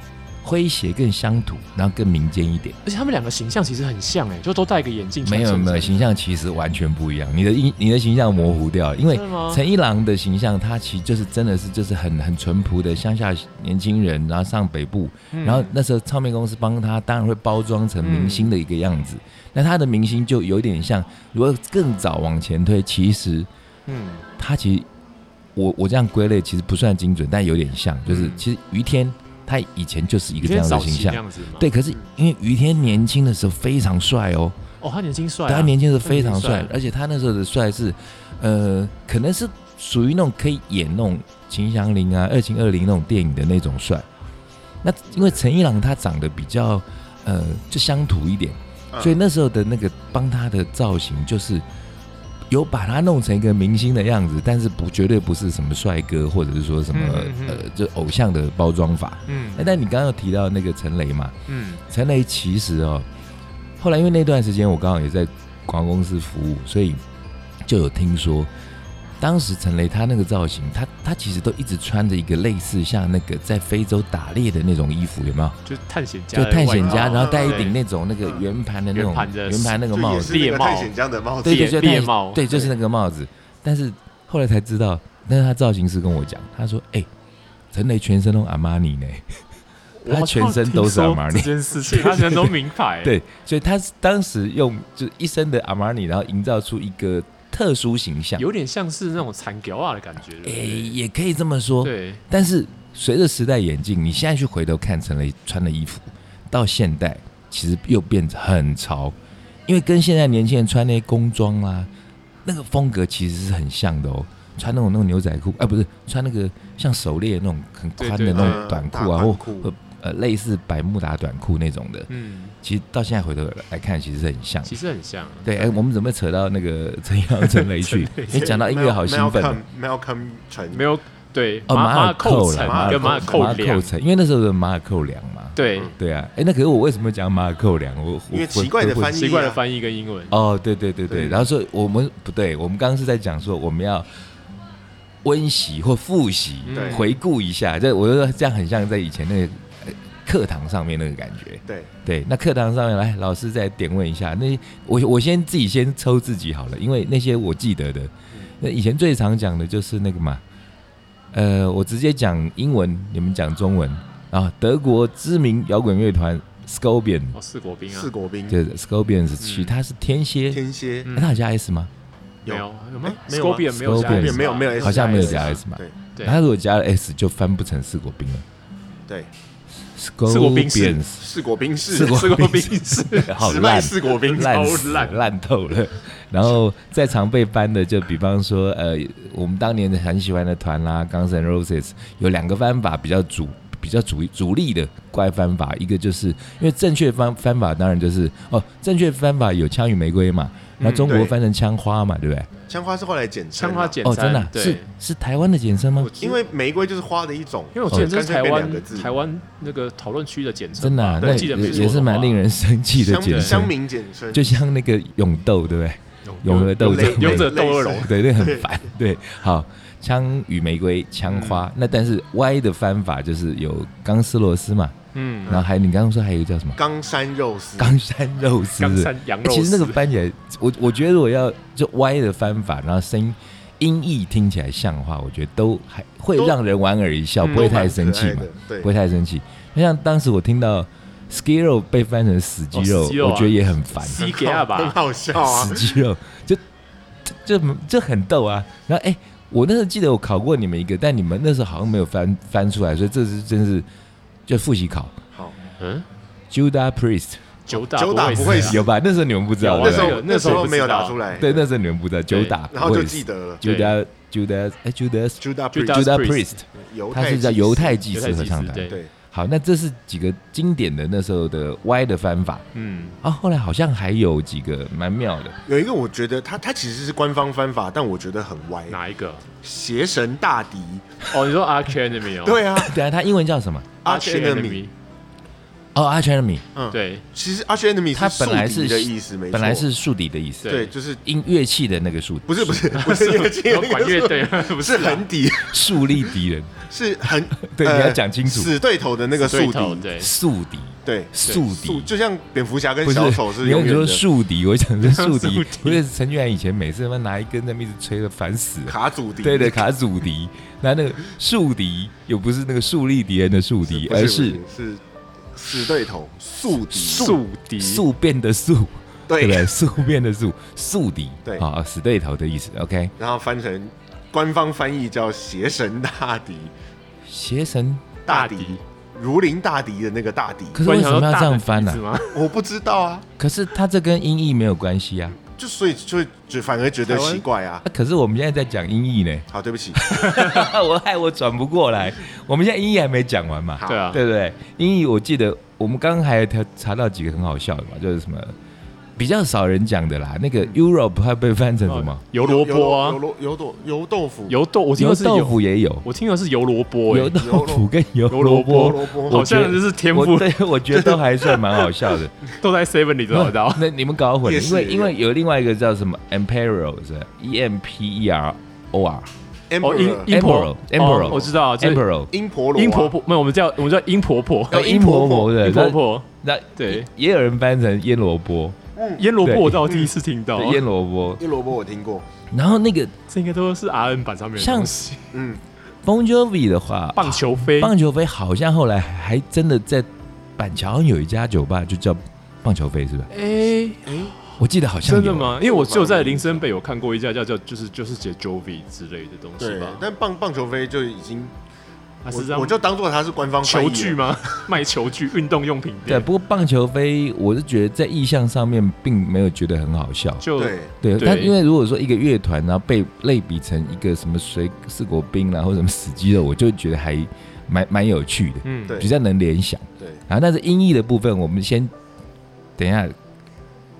Speaker 3: 诙谐、更乡土，然后更民间一点。
Speaker 2: 而且他们两个形象其实很像哎，就都戴个眼镜，
Speaker 3: 没有
Speaker 2: 穿
Speaker 3: 没有，
Speaker 2: 衬衫
Speaker 3: 形象其实完全不一样。你的印你的形象模糊掉了，因为
Speaker 2: 真的吗
Speaker 3: 陈一郎的形象，他其实就是真的是就是很很淳朴的乡下年轻人，然后上北部，
Speaker 2: 嗯
Speaker 3: 然后那时候唱片公司帮他，当然会包装成明星的一个样
Speaker 2: 嗯
Speaker 3: 子。那他的明星就有点像，如果更早往前推，其实
Speaker 2: 嗯，
Speaker 3: 他其实我我这样归类其实不算精准，但有点像，就是
Speaker 2: 嗯
Speaker 3: 其实于天他以前就是一
Speaker 2: 有
Speaker 3: 个这样
Speaker 2: 点
Speaker 3: 的
Speaker 2: 早
Speaker 3: 形
Speaker 2: 期那
Speaker 3: 象。
Speaker 2: 样子嘛，
Speaker 3: 对，可是因为于天年轻的时候非常帅哦，
Speaker 2: 哦，他年轻帅啊，
Speaker 3: 他年轻的时候非常帅
Speaker 2: 嗯，
Speaker 3: 而且他那时候的帅是，呃，可能是属于那种可以演那种《秦祥林》啊、《二秦二零》那种电影的那种帅。那因为陈一郎他长得比较，呃，就乡土一点，
Speaker 1: 嗯
Speaker 3: 所以那时候的那个帮他的造型就是有把他弄成一个明星的样子，但是不绝对不是什么帅哥或者是说什么
Speaker 2: 嗯嗯嗯
Speaker 3: 呃，就偶像的包装法。哎
Speaker 2: 嗯
Speaker 3: 那但你刚刚有提到那个陈雷嘛，
Speaker 2: 嗯
Speaker 3: 陈雷其实哦，后来因为那段时间我刚好也在广告公司服务，所以就有听说当时陈雷他那个造型，他他其实都一直穿着一个类似像那个在非洲打猎的那种衣服，有没有？
Speaker 2: 就探险家
Speaker 3: 就
Speaker 2: 的外
Speaker 3: 探
Speaker 2: 衣，
Speaker 3: 险家，
Speaker 1: 哦
Speaker 3: 然后戴一顶
Speaker 2: 对
Speaker 3: 那种那个
Speaker 1: 嗯
Speaker 3: 圆盘的那种
Speaker 2: 圆盘的
Speaker 3: 圆盘那个
Speaker 1: 就
Speaker 3: 帽
Speaker 1: 也
Speaker 3: 子，
Speaker 1: 是那个
Speaker 2: 猎帽
Speaker 1: 探险家的帽子，
Speaker 3: 对对，
Speaker 2: 猎
Speaker 3: 就
Speaker 2: 猎
Speaker 3: 那
Speaker 2: 帽
Speaker 3: 对，就是那个帽子。但是后来才知道，但是他造型师跟我讲，他说：“哎、陈雷全身都阿玛尼呢。”
Speaker 2: 我
Speaker 3: 他
Speaker 2: 好像
Speaker 3: 全身都是
Speaker 2: 听说
Speaker 3: Armani
Speaker 2: 这件事情，他全身都名牌，欸
Speaker 3: 对，所以他是当时用就一身的阿玛尼，然后营造出一个特殊形象。
Speaker 2: 有点像是那种残屌啊的感觉，对不
Speaker 3: 诶、
Speaker 2: 对
Speaker 3: 也可以这么说。
Speaker 2: 对，
Speaker 3: 但是随着时代演进，你现在去回头看陈雷穿的衣服，到现代其实又变得很潮，因为跟现在年轻人穿那些工装啦、那个风格其实是很像的哦。穿那种那种牛仔裤，哎、不是穿那个像狩猎那种很宽
Speaker 2: 对呃对
Speaker 3: 的那种短裤
Speaker 1: 嗯大
Speaker 3: 啊，或
Speaker 1: 宽裤
Speaker 3: 或呃类似百慕达短裤那种的，
Speaker 2: 嗯，
Speaker 3: 其实到现在回头来看，其实是很像的。
Speaker 2: 其实很像，啊？
Speaker 3: 对，哎、我们怎么扯到那个 陈阳、陈雷去
Speaker 2: 陈雷
Speaker 3: 你讲到音乐好兴奋哦。
Speaker 1: Malcolm 传
Speaker 2: 没有对
Speaker 3: 哦，
Speaker 2: 马
Speaker 3: 马
Speaker 2: 尔
Speaker 3: 尔
Speaker 2: 寇
Speaker 3: 寇
Speaker 2: 城
Speaker 3: 啦，
Speaker 1: 马尔
Speaker 2: 跟马
Speaker 1: 马
Speaker 2: 尔
Speaker 1: 尔
Speaker 2: 寇
Speaker 3: 马尔
Speaker 2: 梁
Speaker 3: 寇，城，因为那时候有马尔寇梁嘛。
Speaker 2: 对，
Speaker 1: 嗯
Speaker 3: 对啊，哎，那可是我为什么讲马尔寇梁？我我
Speaker 1: 因为奇怪的翻译啊
Speaker 2: 奇怪的翻译跟英文，
Speaker 3: 哦，对对对对，
Speaker 1: 对
Speaker 3: 然后说我们不对，我们刚刚是在讲说我们要温习或复习
Speaker 2: 对、
Speaker 3: 回顾一下，这我就说这样很像在以前那个呃课堂上面那个感觉。
Speaker 1: 对，
Speaker 3: 对，那课堂上面来，老师再点问一下。那我我先自己先抽自己好了，因为那些我记得的，那以前最常讲的就是那个嘛，呃，我直接讲英文，你们讲中文啊。德国知名摇滚乐团 Scorpion，
Speaker 2: 哦，四国兵啊
Speaker 1: 四，国兵
Speaker 3: 就是 Scorpions 去，
Speaker 2: 嗯
Speaker 3: 它是天蝎，
Speaker 1: 天蝎
Speaker 2: 嗯
Speaker 3: 哎它好像 S 吗？
Speaker 2: 没有有吗
Speaker 1: 哎没有啊
Speaker 2: Scorpion 没有加
Speaker 3: Scorpion
Speaker 2: 没有
Speaker 1: 没有没有 S，
Speaker 3: 好像没有
Speaker 1: S，
Speaker 3: 加 S 嘛
Speaker 1: 对
Speaker 2: 啊对
Speaker 3: 它如果加了 S 就翻不成四国兵了。
Speaker 1: 对，
Speaker 2: 国兵是
Speaker 3: Scorpions
Speaker 1: 四国兵是
Speaker 3: 四国
Speaker 2: 四国兵是
Speaker 3: 好
Speaker 1: 只卖
Speaker 3: 烂，
Speaker 1: 四国兵
Speaker 3: 烂
Speaker 2: 超
Speaker 3: 死了
Speaker 2: 烂
Speaker 3: 烂透了。然后在常被搬的，就比方说，呃，我们当年很喜欢的团啦、g u n s N' Roses 有两个翻法比较主比较主主力的怪翻法，一个就是因为正确翻翻法当然就是哦，正确翻法有枪与玫瑰嘛，
Speaker 2: 嗯
Speaker 3: 那中国
Speaker 1: 对
Speaker 3: 翻成枪花嘛，对不对？
Speaker 1: 枪花是后来简称
Speaker 2: 枪
Speaker 1: 啊，
Speaker 2: 花简
Speaker 3: 哦，真的啊、
Speaker 2: 对，
Speaker 3: 是是台湾的简称吗
Speaker 2: 我？
Speaker 1: 因为玫瑰就是花的一种，哦
Speaker 2: 因为我记得这
Speaker 1: 干
Speaker 2: 是
Speaker 1: 脆
Speaker 2: 台
Speaker 1: 变两个
Speaker 2: 湾
Speaker 1: 字
Speaker 2: 台湾那个讨论区的简称吧，
Speaker 3: 真的啊、
Speaker 2: 我
Speaker 3: 那
Speaker 2: 记
Speaker 3: 也
Speaker 2: 得没错
Speaker 3: 也是蛮令人生气的简
Speaker 1: 乡乡
Speaker 3: 称，
Speaker 1: 民简称，
Speaker 3: 就像那个勇斗，对不对？
Speaker 2: 有
Speaker 3: 永和斗
Speaker 1: 类
Speaker 3: 争，
Speaker 2: 勇者斗恶龙
Speaker 1: 类似
Speaker 3: 对，那很烦。对，好，枪与玫瑰，枪花。
Speaker 2: 嗯
Speaker 3: 那但是 Y 的翻法就是有钢丝螺丝嘛，
Speaker 2: 嗯
Speaker 3: 然，后还你刚刚说还有一个叫什么
Speaker 1: 冈山肉丝，
Speaker 3: 冈山肉丝。
Speaker 2: 冈山羊
Speaker 3: 欸
Speaker 2: 肉丝，
Speaker 3: 其实那个翻起来，我我觉得我要就 Y 的翻法，然后声音音译听起来像的话，我觉得都还会
Speaker 1: 都
Speaker 3: 让人莞尔一笑，
Speaker 2: 嗯
Speaker 3: 不会太生气
Speaker 1: 都蛮
Speaker 3: 嘛
Speaker 1: 可爱的，对
Speaker 3: 不会太生气。就像当时我听到 Ski 肉被翻成死鸡
Speaker 2: 哦
Speaker 3: 肉，
Speaker 2: 死鸡肉啊
Speaker 3: 我觉得也很烦。
Speaker 2: 鸡给啊吧
Speaker 1: 很好笑啊
Speaker 3: 死，肌肉，就就就就很逗啊。然后哎、我那时候记得我考过你们一个，但你们那时候好像没有翻翻出来，所以这是真是就复习考。
Speaker 1: 好，
Speaker 2: 嗯，
Speaker 3: Judah Priest
Speaker 2: 九打
Speaker 1: 九打不
Speaker 2: 会
Speaker 1: 会死
Speaker 2: 死啊，
Speaker 3: 有吧？那时候你们不知道，
Speaker 2: 有
Speaker 1: 那
Speaker 3: 对
Speaker 1: 时
Speaker 3: 不
Speaker 1: 候
Speaker 2: 那
Speaker 1: 那
Speaker 2: 时
Speaker 1: 时
Speaker 2: 候
Speaker 1: 候
Speaker 2: 不知道
Speaker 1: 没有打出来，
Speaker 3: 对，对那时候你们不知道
Speaker 2: 对
Speaker 3: Judah，
Speaker 1: 然后就记得了
Speaker 3: Judah Judah 哎 Judas
Speaker 1: ，Judah Priest，
Speaker 2: Judas
Speaker 3: Judah
Speaker 2: Priest
Speaker 3: Priest，
Speaker 1: 犹
Speaker 3: 他
Speaker 1: 太
Speaker 3: 是叫
Speaker 1: 祭
Speaker 3: 犹
Speaker 1: 司
Speaker 3: 太祭
Speaker 2: 犹
Speaker 3: 司
Speaker 2: 太
Speaker 3: 合
Speaker 2: 祭
Speaker 3: 唱
Speaker 2: 司
Speaker 3: 团。
Speaker 1: 对，
Speaker 3: 好，那这是几个经典的那时候的 Y 的翻法
Speaker 2: 嗯，
Speaker 3: 啊。后来好像还有几个蛮妙的，
Speaker 1: 有一个我觉得他他其实是官方翻法，但我觉得很歪，
Speaker 2: 哪一个？
Speaker 1: 邪神大敌，
Speaker 2: 哦，你说 Arch Enemy 哦，
Speaker 1: 对啊
Speaker 3: 对啊，他英文叫什么？
Speaker 1: ，Arch Enemy，
Speaker 3: 哦，Arch Enemy，
Speaker 1: 嗯，，
Speaker 2: 对，
Speaker 1: 其实 Arch Enemy
Speaker 3: 它本来
Speaker 1: 是
Speaker 3: 是
Speaker 1: 宿敌的意思，没错，
Speaker 3: 本来是竖笛的意思。
Speaker 1: 对，就是
Speaker 3: 音乐器的那个竖，
Speaker 1: 不是不是不是乐器，
Speaker 2: 然后管乐队
Speaker 1: 不
Speaker 2: 不
Speaker 1: 是
Speaker 2: 是啊
Speaker 1: 横敌，
Speaker 3: 树立 敌人，
Speaker 1: 是很
Speaker 3: 对
Speaker 1: 呃
Speaker 3: 你要讲清楚
Speaker 1: 死对头的那个
Speaker 2: 对
Speaker 1: 宿
Speaker 2: 头，
Speaker 1: 敌，
Speaker 2: 对，
Speaker 3: 宿敌，
Speaker 1: 对，
Speaker 3: 宿
Speaker 1: 宿
Speaker 3: 敌，
Speaker 1: 就像蝙蝠侠跟
Speaker 3: 不是
Speaker 1: 小丑是
Speaker 3: 你
Speaker 1: 永
Speaker 3: 你
Speaker 1: 远
Speaker 3: 说
Speaker 1: 的
Speaker 3: 树敌，我想 说树
Speaker 2: 宿
Speaker 3: 敌
Speaker 2: 敌，
Speaker 3: 不是陈俊安以前每次他妈拿一根在那边一直吹的烦死了。
Speaker 1: 卡祖敌，
Speaker 3: 对对，卡祖敌，那那个树敌又不是那个树立敌人的树敌，
Speaker 1: 不
Speaker 3: 而
Speaker 1: 是
Speaker 3: 是
Speaker 1: 不是死对头宿敌，
Speaker 2: 宿敌，
Speaker 3: 宿变的宿，对
Speaker 1: 对
Speaker 3: 不对？， 宿变的宿，宿敌，
Speaker 1: 对
Speaker 3: 啊，死对头的意思。OK，
Speaker 1: 然后翻成官方翻译叫邪神大敌，
Speaker 3: 邪神，
Speaker 2: 大
Speaker 1: 大
Speaker 2: 敌
Speaker 1: 敌。如临大敌的那个大敌，
Speaker 3: 可是为什么要这样翻呢
Speaker 2: 是？吗？
Speaker 1: 我不知道啊，
Speaker 3: 可是他这跟音译没有关系啊。
Speaker 1: 就所以就就反而觉得
Speaker 2: 台湾
Speaker 1: 奇怪啊。
Speaker 3: 啊可是我们现在在讲音 译呢，
Speaker 1: 好，对不起，
Speaker 3: 我害我转不过来。我们现在音译还没讲完嘛？
Speaker 1: 好
Speaker 2: 对啊，
Speaker 3: 对不对？英语我记得我们刚刚还查查到几个很好笑的嘛，就是什么比较少人讲的啦，那个 Europe 它被翻成什么？
Speaker 2: 油萝卜啊
Speaker 1: 哦油，油油豆油豆腐，
Speaker 2: 油豆，我听
Speaker 3: 油
Speaker 2: 的是
Speaker 3: 豆
Speaker 2: 油，
Speaker 3: 腐也有，
Speaker 2: 我听的是油萝卜，
Speaker 3: 油
Speaker 2: 哎，
Speaker 3: 豆腐跟油
Speaker 2: 油萝
Speaker 3: 萝
Speaker 1: 油
Speaker 2: 卜
Speaker 3: 卜，
Speaker 1: 萝卜，
Speaker 3: 我
Speaker 2: 好
Speaker 3: 觉得
Speaker 2: 像就是天
Speaker 3: 我
Speaker 2: 赋
Speaker 3: 对我觉得都还算蛮好笑的。
Speaker 2: 都在 Seven 里找得到。
Speaker 3: 那你们搞混了，
Speaker 1: 夜市
Speaker 3: 因为
Speaker 1: 也有
Speaker 3: 因为有另外一个叫什么 Imperial 是 E M P E R O R
Speaker 2: 哦，英
Speaker 1: Emperor
Speaker 2: 英婆
Speaker 3: Emperor Emperor
Speaker 2: 哦我知道，这
Speaker 3: Emperor
Speaker 1: 英婆罗啊
Speaker 2: 英婆婆，没有，我们叫我们叫英婆婆，
Speaker 1: 哦
Speaker 3: 呃
Speaker 1: 英
Speaker 3: 英
Speaker 1: 婆
Speaker 3: 婆
Speaker 1: 婆
Speaker 3: 婆对
Speaker 2: 英婆婆，
Speaker 3: 那
Speaker 2: 对
Speaker 3: 也有人翻成腌萝卜，
Speaker 2: 腌萝卜
Speaker 3: 对
Speaker 2: 我倒第一次听到
Speaker 3: 对，腌萝卜。
Speaker 1: 一嗯萝卜我听过，
Speaker 3: 然后那个
Speaker 2: 这应该都是 R N 版上面的
Speaker 3: 像
Speaker 2: 东西。
Speaker 1: 嗯，
Speaker 3: Bon Jovi 的话，
Speaker 2: 棒球飞，
Speaker 3: 棒球飞好像后来还真的在板桥有一家酒吧就叫棒球飞，是吧？
Speaker 2: 哎，
Speaker 3: 我记得好像有
Speaker 2: 真的？吗？因为我只有在林森北有看过一家叫叫就是就是写 Jovi 之类的东西
Speaker 1: 对
Speaker 2: 吧，，
Speaker 1: 但棒棒球飞就已经，
Speaker 2: 还是这
Speaker 1: 我
Speaker 2: 样
Speaker 1: 我就当做它是官方翻译
Speaker 2: 球
Speaker 1: 了
Speaker 2: 具，吗？卖球具、运动用品
Speaker 3: 对，
Speaker 2: 店，
Speaker 3: 不过棒球飞，我是觉得在意象上面并没有觉得很好笑。
Speaker 2: 就
Speaker 1: 对，
Speaker 3: 对，
Speaker 2: 对
Speaker 3: 但因为如果说一个乐团，然后被类比成一个什么水四果冰啦，或者什么死鸡肉，我就觉得还蛮蛮有趣的，
Speaker 2: 嗯，
Speaker 1: 对
Speaker 3: 比较能联想。
Speaker 1: 对，
Speaker 3: 然后，但是音译的部分，我们先等一下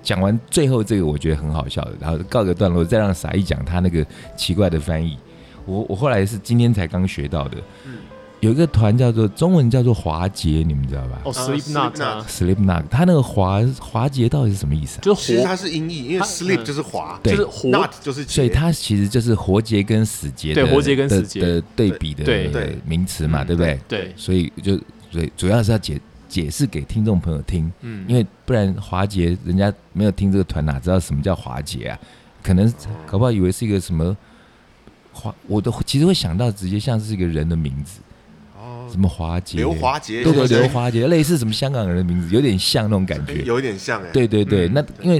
Speaker 3: 讲完最后这个，我觉得很好笑的，然后告个段落，再让傻一讲他那个奇怪的翻译。我我后来是今天才刚学到的，
Speaker 1: 嗯
Speaker 3: 有一个团叫做中文叫做华杰，你们知道吧、
Speaker 2: 哦
Speaker 1: 呃
Speaker 2: Sleep
Speaker 1: Slipknot
Speaker 2: Not 啊，
Speaker 3: Slipknot，他那个华华杰到底是什么意思啊？
Speaker 2: 就是
Speaker 1: 其实
Speaker 2: 活
Speaker 1: 它是音译，因为
Speaker 2: 它
Speaker 1: sleep
Speaker 2: 嗯
Speaker 1: 就是滑，
Speaker 3: 对
Speaker 2: 就是活
Speaker 1: nut 就是结
Speaker 3: 所以它其实就是活结跟死结的
Speaker 2: 对活结跟死结
Speaker 3: 的的对比的
Speaker 2: 对
Speaker 1: 对
Speaker 3: 名词嘛，
Speaker 2: 嗯
Speaker 3: 对不对？
Speaker 2: 对，
Speaker 3: 所以就对，主要是要解解释给听众朋友听，
Speaker 2: 嗯，
Speaker 3: 因为不然华杰人家没有听这个团哪知道什么叫华杰啊？可能搞不好以为是一个什么华，我都其实会想到直接像是一个人的名字，
Speaker 1: 哦，
Speaker 3: 什么华杰，
Speaker 1: 刘华杰，
Speaker 3: 对对
Speaker 1: 是不是
Speaker 3: 刘，华杰，类似什么香港人的名字，有点像那种感
Speaker 1: 哎
Speaker 3: 觉。
Speaker 1: 有一点像哎，
Speaker 3: 对对对，
Speaker 2: 嗯
Speaker 3: 那因为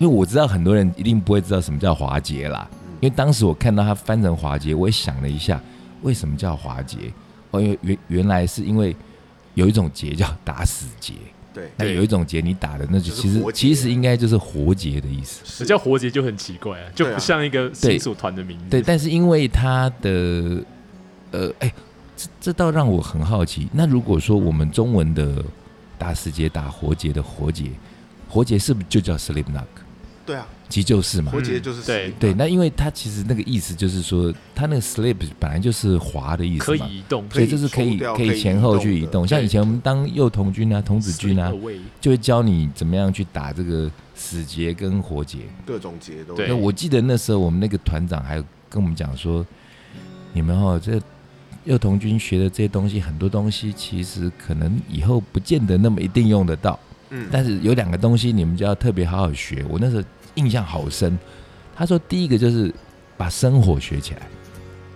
Speaker 3: 因为我知道很多人一定不会知道什么叫华杰啦，因为当时我看到他翻成华杰，我也想了一下，为什么叫华杰？哦，因为原原来是因为有一种节叫打死节，
Speaker 1: 对，
Speaker 3: 那
Speaker 2: 对
Speaker 3: 有一种节你打的那就
Speaker 1: 就是
Speaker 3: 其实
Speaker 1: 活结
Speaker 3: 其实应该就是活结的意思。
Speaker 2: 我叫活结就很奇怪啊，就
Speaker 1: 对啊
Speaker 2: 不像一个
Speaker 3: 对
Speaker 2: 新手团的名字。
Speaker 3: 对，但是因为他的呃，哎、这这倒让我很好奇。那如果说我们中文的打死结、打活结的活结，活结是不是就叫 sleep knock？
Speaker 1: 对啊，
Speaker 3: 其实就是嘛
Speaker 1: 活，结就是啊
Speaker 2: 嗯对
Speaker 1: sleep
Speaker 3: 对，那因为它其实那个意思就是说，它那个 slip 本来就是滑的意思
Speaker 2: 可
Speaker 3: 嘛，
Speaker 2: 以移动，
Speaker 3: 所以这是可
Speaker 1: 冲
Speaker 3: 以
Speaker 1: 掉
Speaker 3: 可
Speaker 1: 可
Speaker 3: 以
Speaker 1: 以
Speaker 3: 前
Speaker 1: 移
Speaker 3: 后
Speaker 1: 动
Speaker 3: 去移
Speaker 1: 的
Speaker 3: 动。像以
Speaker 2: 对
Speaker 3: 前我们当幼童军啊、童子军啊
Speaker 2: Sleep，away
Speaker 3: 就会教你怎么样去打这个死结跟活结。
Speaker 1: 各种结都
Speaker 2: 对
Speaker 3: 那我记得那时候我们那个团长还有跟我们讲说，你们哦，这幼童军学的这些东西，很多东西其实可能以后不见得那么一定用得到。
Speaker 1: 嗯，
Speaker 3: 但是有两个东西你们就要特别好好学。我那时候印象好深，他说第一个就是把生火学起来。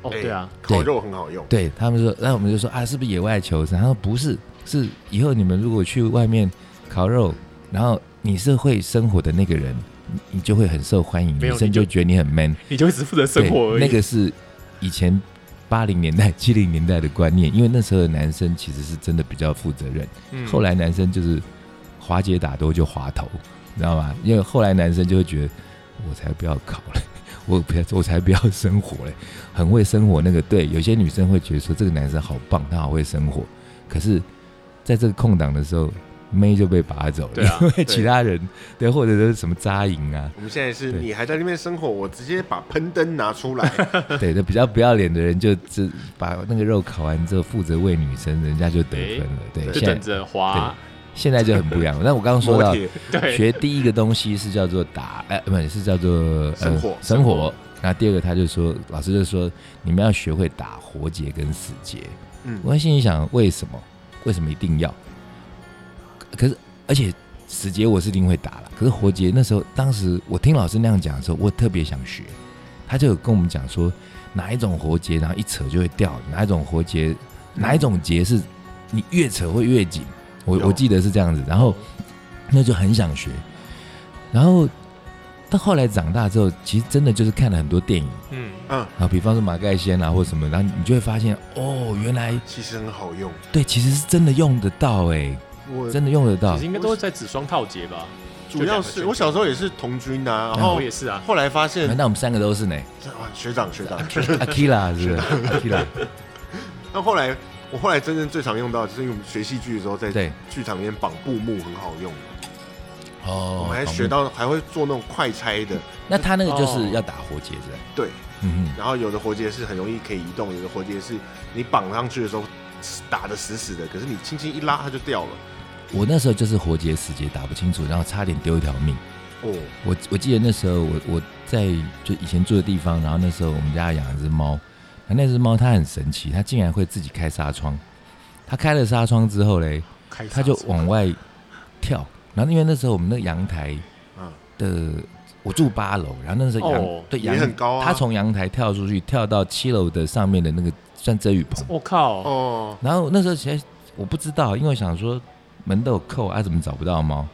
Speaker 2: 哦，
Speaker 1: 哎
Speaker 2: 对啊，
Speaker 1: 烤肉很好用，
Speaker 3: 对他们说，那我们就说啊，是不是野外求生？他说不是，是以后你们如果去外面烤肉，然后你是会生火的那个人，你你就会很受欢迎，
Speaker 2: 没有
Speaker 3: 女生
Speaker 2: 你就
Speaker 3: 就觉得你很 man。
Speaker 2: 你就只负责生
Speaker 3: 对，
Speaker 2: 活而已。
Speaker 3: 那个是以前八零年代、七零年代的观念，因为那时候的男生其实是真的比较负责任。
Speaker 2: 嗯
Speaker 3: 后来男生就是滑姐打多就滑头，你知道吗？因为后来男生就会觉得，我才不要考嘞， 我不要，我才不要生活嘞，很会生活那个。对，有些女生会觉得说这个男生好棒，他好会生活，可是在这个空档的时候。妹就被拔走了，
Speaker 2: 对啊
Speaker 3: 因为其他人对，或者是什么扎营 啊，
Speaker 1: 我们现在是
Speaker 3: 对
Speaker 1: 你还在那边生火，我直接把喷灯拿出来，
Speaker 3: 对，那比较不要脸的人就只把那个肉烤完之后，负责喂女生，人家就得分了。对，
Speaker 2: 就
Speaker 3: 现
Speaker 2: 等
Speaker 3: 在
Speaker 2: 着滑，
Speaker 3: 现在就很不一样了。但我刚刚 说
Speaker 1: 磨
Speaker 3: 到，
Speaker 1: 铁，
Speaker 2: 对，
Speaker 3: 学第一个东西是叫做打，呃，不是是叫做呃
Speaker 1: 生火
Speaker 3: 生火。那第二个他就说，老师就说你们要学会打活结跟死结。
Speaker 1: 嗯，
Speaker 3: 我心里想，为什么？为什么一定要？可是，而且死结我是一定会打了。可是活结那时候，当时我听老师那样讲的时候，我特别想学。他就有跟我们讲说，哪一种活结，然后一扯就会掉，哪一种活结，哪一种结是你越扯会越紧。我
Speaker 1: 有
Speaker 3: 我记得是这样子，然后那就很想学。然后到后来长大之后，其实真的就是看了很多电影
Speaker 2: 嗯，
Speaker 3: 啊，比方说马盖先啊或什么，然后你就会发现，哦，原来
Speaker 1: 其实很好用，
Speaker 3: 对，其实是真的用得到哎、
Speaker 1: 我
Speaker 3: 真的用得到
Speaker 2: 其实。应该都是在指双套节吧？
Speaker 1: 主要是我小时候也是童军呐、
Speaker 3: 嗯
Speaker 1: 然
Speaker 3: 哦
Speaker 1: 后
Speaker 2: 我也是啊，
Speaker 1: 后来发
Speaker 3: 哎
Speaker 1: 现
Speaker 3: 那我们三个 都是呢
Speaker 1: 啊学长学长，
Speaker 3: ，Akira 是 不是？Akira
Speaker 1: 那后来我后来真正最常用到，就是因为我们学戏剧的时候，在
Speaker 3: 对
Speaker 1: 剧场里面绑布幕很好用，
Speaker 3: 哦嗯
Speaker 1: 我们还学。到哦还会做那种快拆的，
Speaker 3: 那他那个就是要打活结子，
Speaker 1: 对，
Speaker 3: 嗯
Speaker 1: 然后有的活结是很容易可以移动，有的活结是你绑上去的时候打的死死的，可是你轻轻一拉它就掉了。
Speaker 3: 哼，我那时候就是活结死结打不清楚，然后差点丢一条命。
Speaker 1: 哦，
Speaker 3: 我我记得那时候我我在就以前住的地方，然后那时候我们家养了只猫，然后那只猫它很神奇，它竟然会自己开纱窗。它开了纱窗之后嘞，
Speaker 2: 开
Speaker 3: 它就往外跳。然后因为那时候我们那个阳台
Speaker 1: 嗯
Speaker 3: 的，我住八楼，然后那时候阳、
Speaker 2: 哦
Speaker 3: 对
Speaker 1: 也
Speaker 3: 阳
Speaker 1: 很高啊
Speaker 3: 它从阳台跳出去，跳到七楼的上面的那个算遮雨棚。
Speaker 2: 我靠，
Speaker 1: 哦，
Speaker 3: 然后那时候其实我不知道，因为我想说门都有扣啊，怎么找不到猫？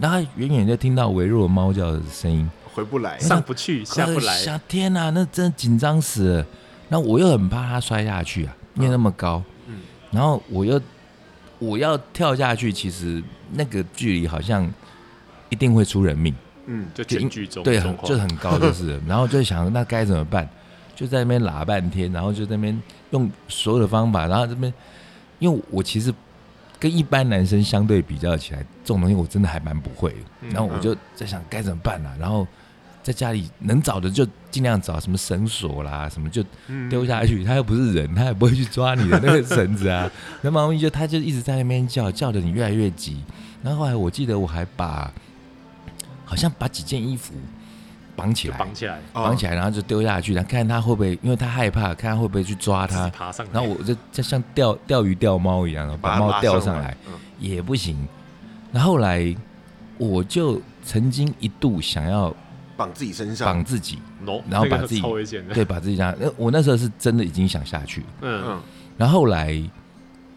Speaker 3: 然后它远远就听到微弱的猫叫的声音。
Speaker 1: 回不来，
Speaker 2: 上不去下不
Speaker 3: 哎
Speaker 2: 来，
Speaker 3: 呀天哪、那真的紧张死了。那我又很怕它摔下去啊，因为那么高。
Speaker 1: 嗯
Speaker 3: 然后我又我要跳下去，其实那个距离好像一定会出人命，
Speaker 1: 嗯，
Speaker 2: 就全剧终
Speaker 3: 对，
Speaker 2: 状
Speaker 3: 很
Speaker 2: 况
Speaker 3: 就很高就是了。然后就想那该怎么办？就在那边拉半天，然后就在那边用所有的方法，然后这边因为我其实跟一般男生相对比较起来，这种东西我真的还蛮不会的。
Speaker 2: 嗯
Speaker 3: 然后我就在想该怎么办啊？然后在家里能找的就尽量找，什么绳索啦，什么就
Speaker 1: 嗯哦
Speaker 3: 丢下去。他又不是人，他也不会去抓你的那个绳子啊。那猫咪就它就一直在那边叫，叫的你越来越急。然后后来我记得我还把好像把几件衣服绑起
Speaker 2: 就
Speaker 3: 来，
Speaker 2: 绑起来，
Speaker 1: 哦
Speaker 3: 绑起来，然后就丢下去，然后看它会不会，因为它害怕，看它会不会去抓
Speaker 2: 自己
Speaker 3: 它。
Speaker 2: 爬上来，
Speaker 3: 然后我就就像钓钓鱼钓猫一样，把
Speaker 1: 把它
Speaker 3: 猫
Speaker 1: 拉
Speaker 3: 钓
Speaker 1: 上
Speaker 3: 上来。，
Speaker 1: 嗯
Speaker 3: 也不行。那后来我就曾经一度想要
Speaker 1: 绑自己身上，
Speaker 3: 绑自己，
Speaker 2: no，
Speaker 3: 然后
Speaker 2: 那个
Speaker 3: 把自己
Speaker 2: 超危险的，
Speaker 3: 对，把自己这样。那我那时候是真的已经想下去了，
Speaker 2: 嗯，
Speaker 1: 嗯
Speaker 3: 然后后来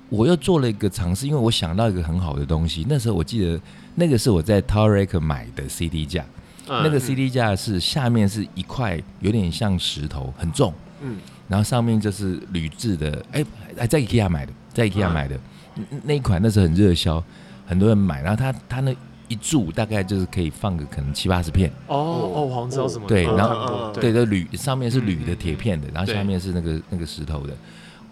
Speaker 3: 我又做了一个尝试，因为我想到一个很好的东西。那时候我记得那个是我在 Tarek 买的 CD 架，
Speaker 2: 那
Speaker 3: 那个 CD 架是下面是一块有点像石头，很重，
Speaker 1: 嗯，
Speaker 3: 然后上面就是铝制的，哎、哎，在 IKEA 买的，在 IKEA 买的、那那一款，那时候很热销，很多人买。然后它它那一注大概就是可以放个可能七八十片，
Speaker 2: 哦哦，我好像知道什么，嗯
Speaker 3: 对
Speaker 2: 我
Speaker 3: 然
Speaker 1: 后
Speaker 2: 看过
Speaker 3: 对
Speaker 2: 对，
Speaker 3: 的，铝上面是铝
Speaker 2: 嗯
Speaker 3: 的
Speaker 2: 嗯
Speaker 3: 铁片的，然后
Speaker 2: 对
Speaker 3: 下面是那个那个石头的。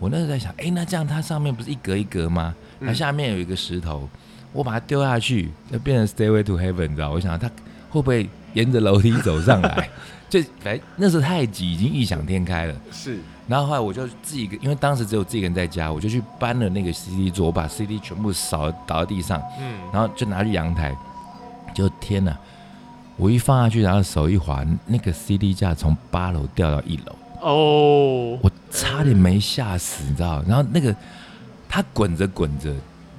Speaker 3: 我那时候在想，哎、那这样它上面不是一格一格吗？
Speaker 1: 嗯
Speaker 3: 它下面有一个石头，我把它丢下去，那变成 Stairway to Heaven，你知道？我想它会不会沿着楼梯走 上来？就反正那时候太急，已经异想天开了。
Speaker 1: 是，
Speaker 3: 然后后来我就自己一个，因为当时只有自己一个人在家，我就去搬了那个 CD 桌，我把 CD 全部扫倒到地上，
Speaker 2: 嗯，
Speaker 3: 然后就拿去阳台。就天哪！我一放下去，然后手一滑，那个 CD 架从八楼掉到一楼，
Speaker 2: 哦，
Speaker 3: 我差点没吓死，你知道？然后那个它滚着滚着，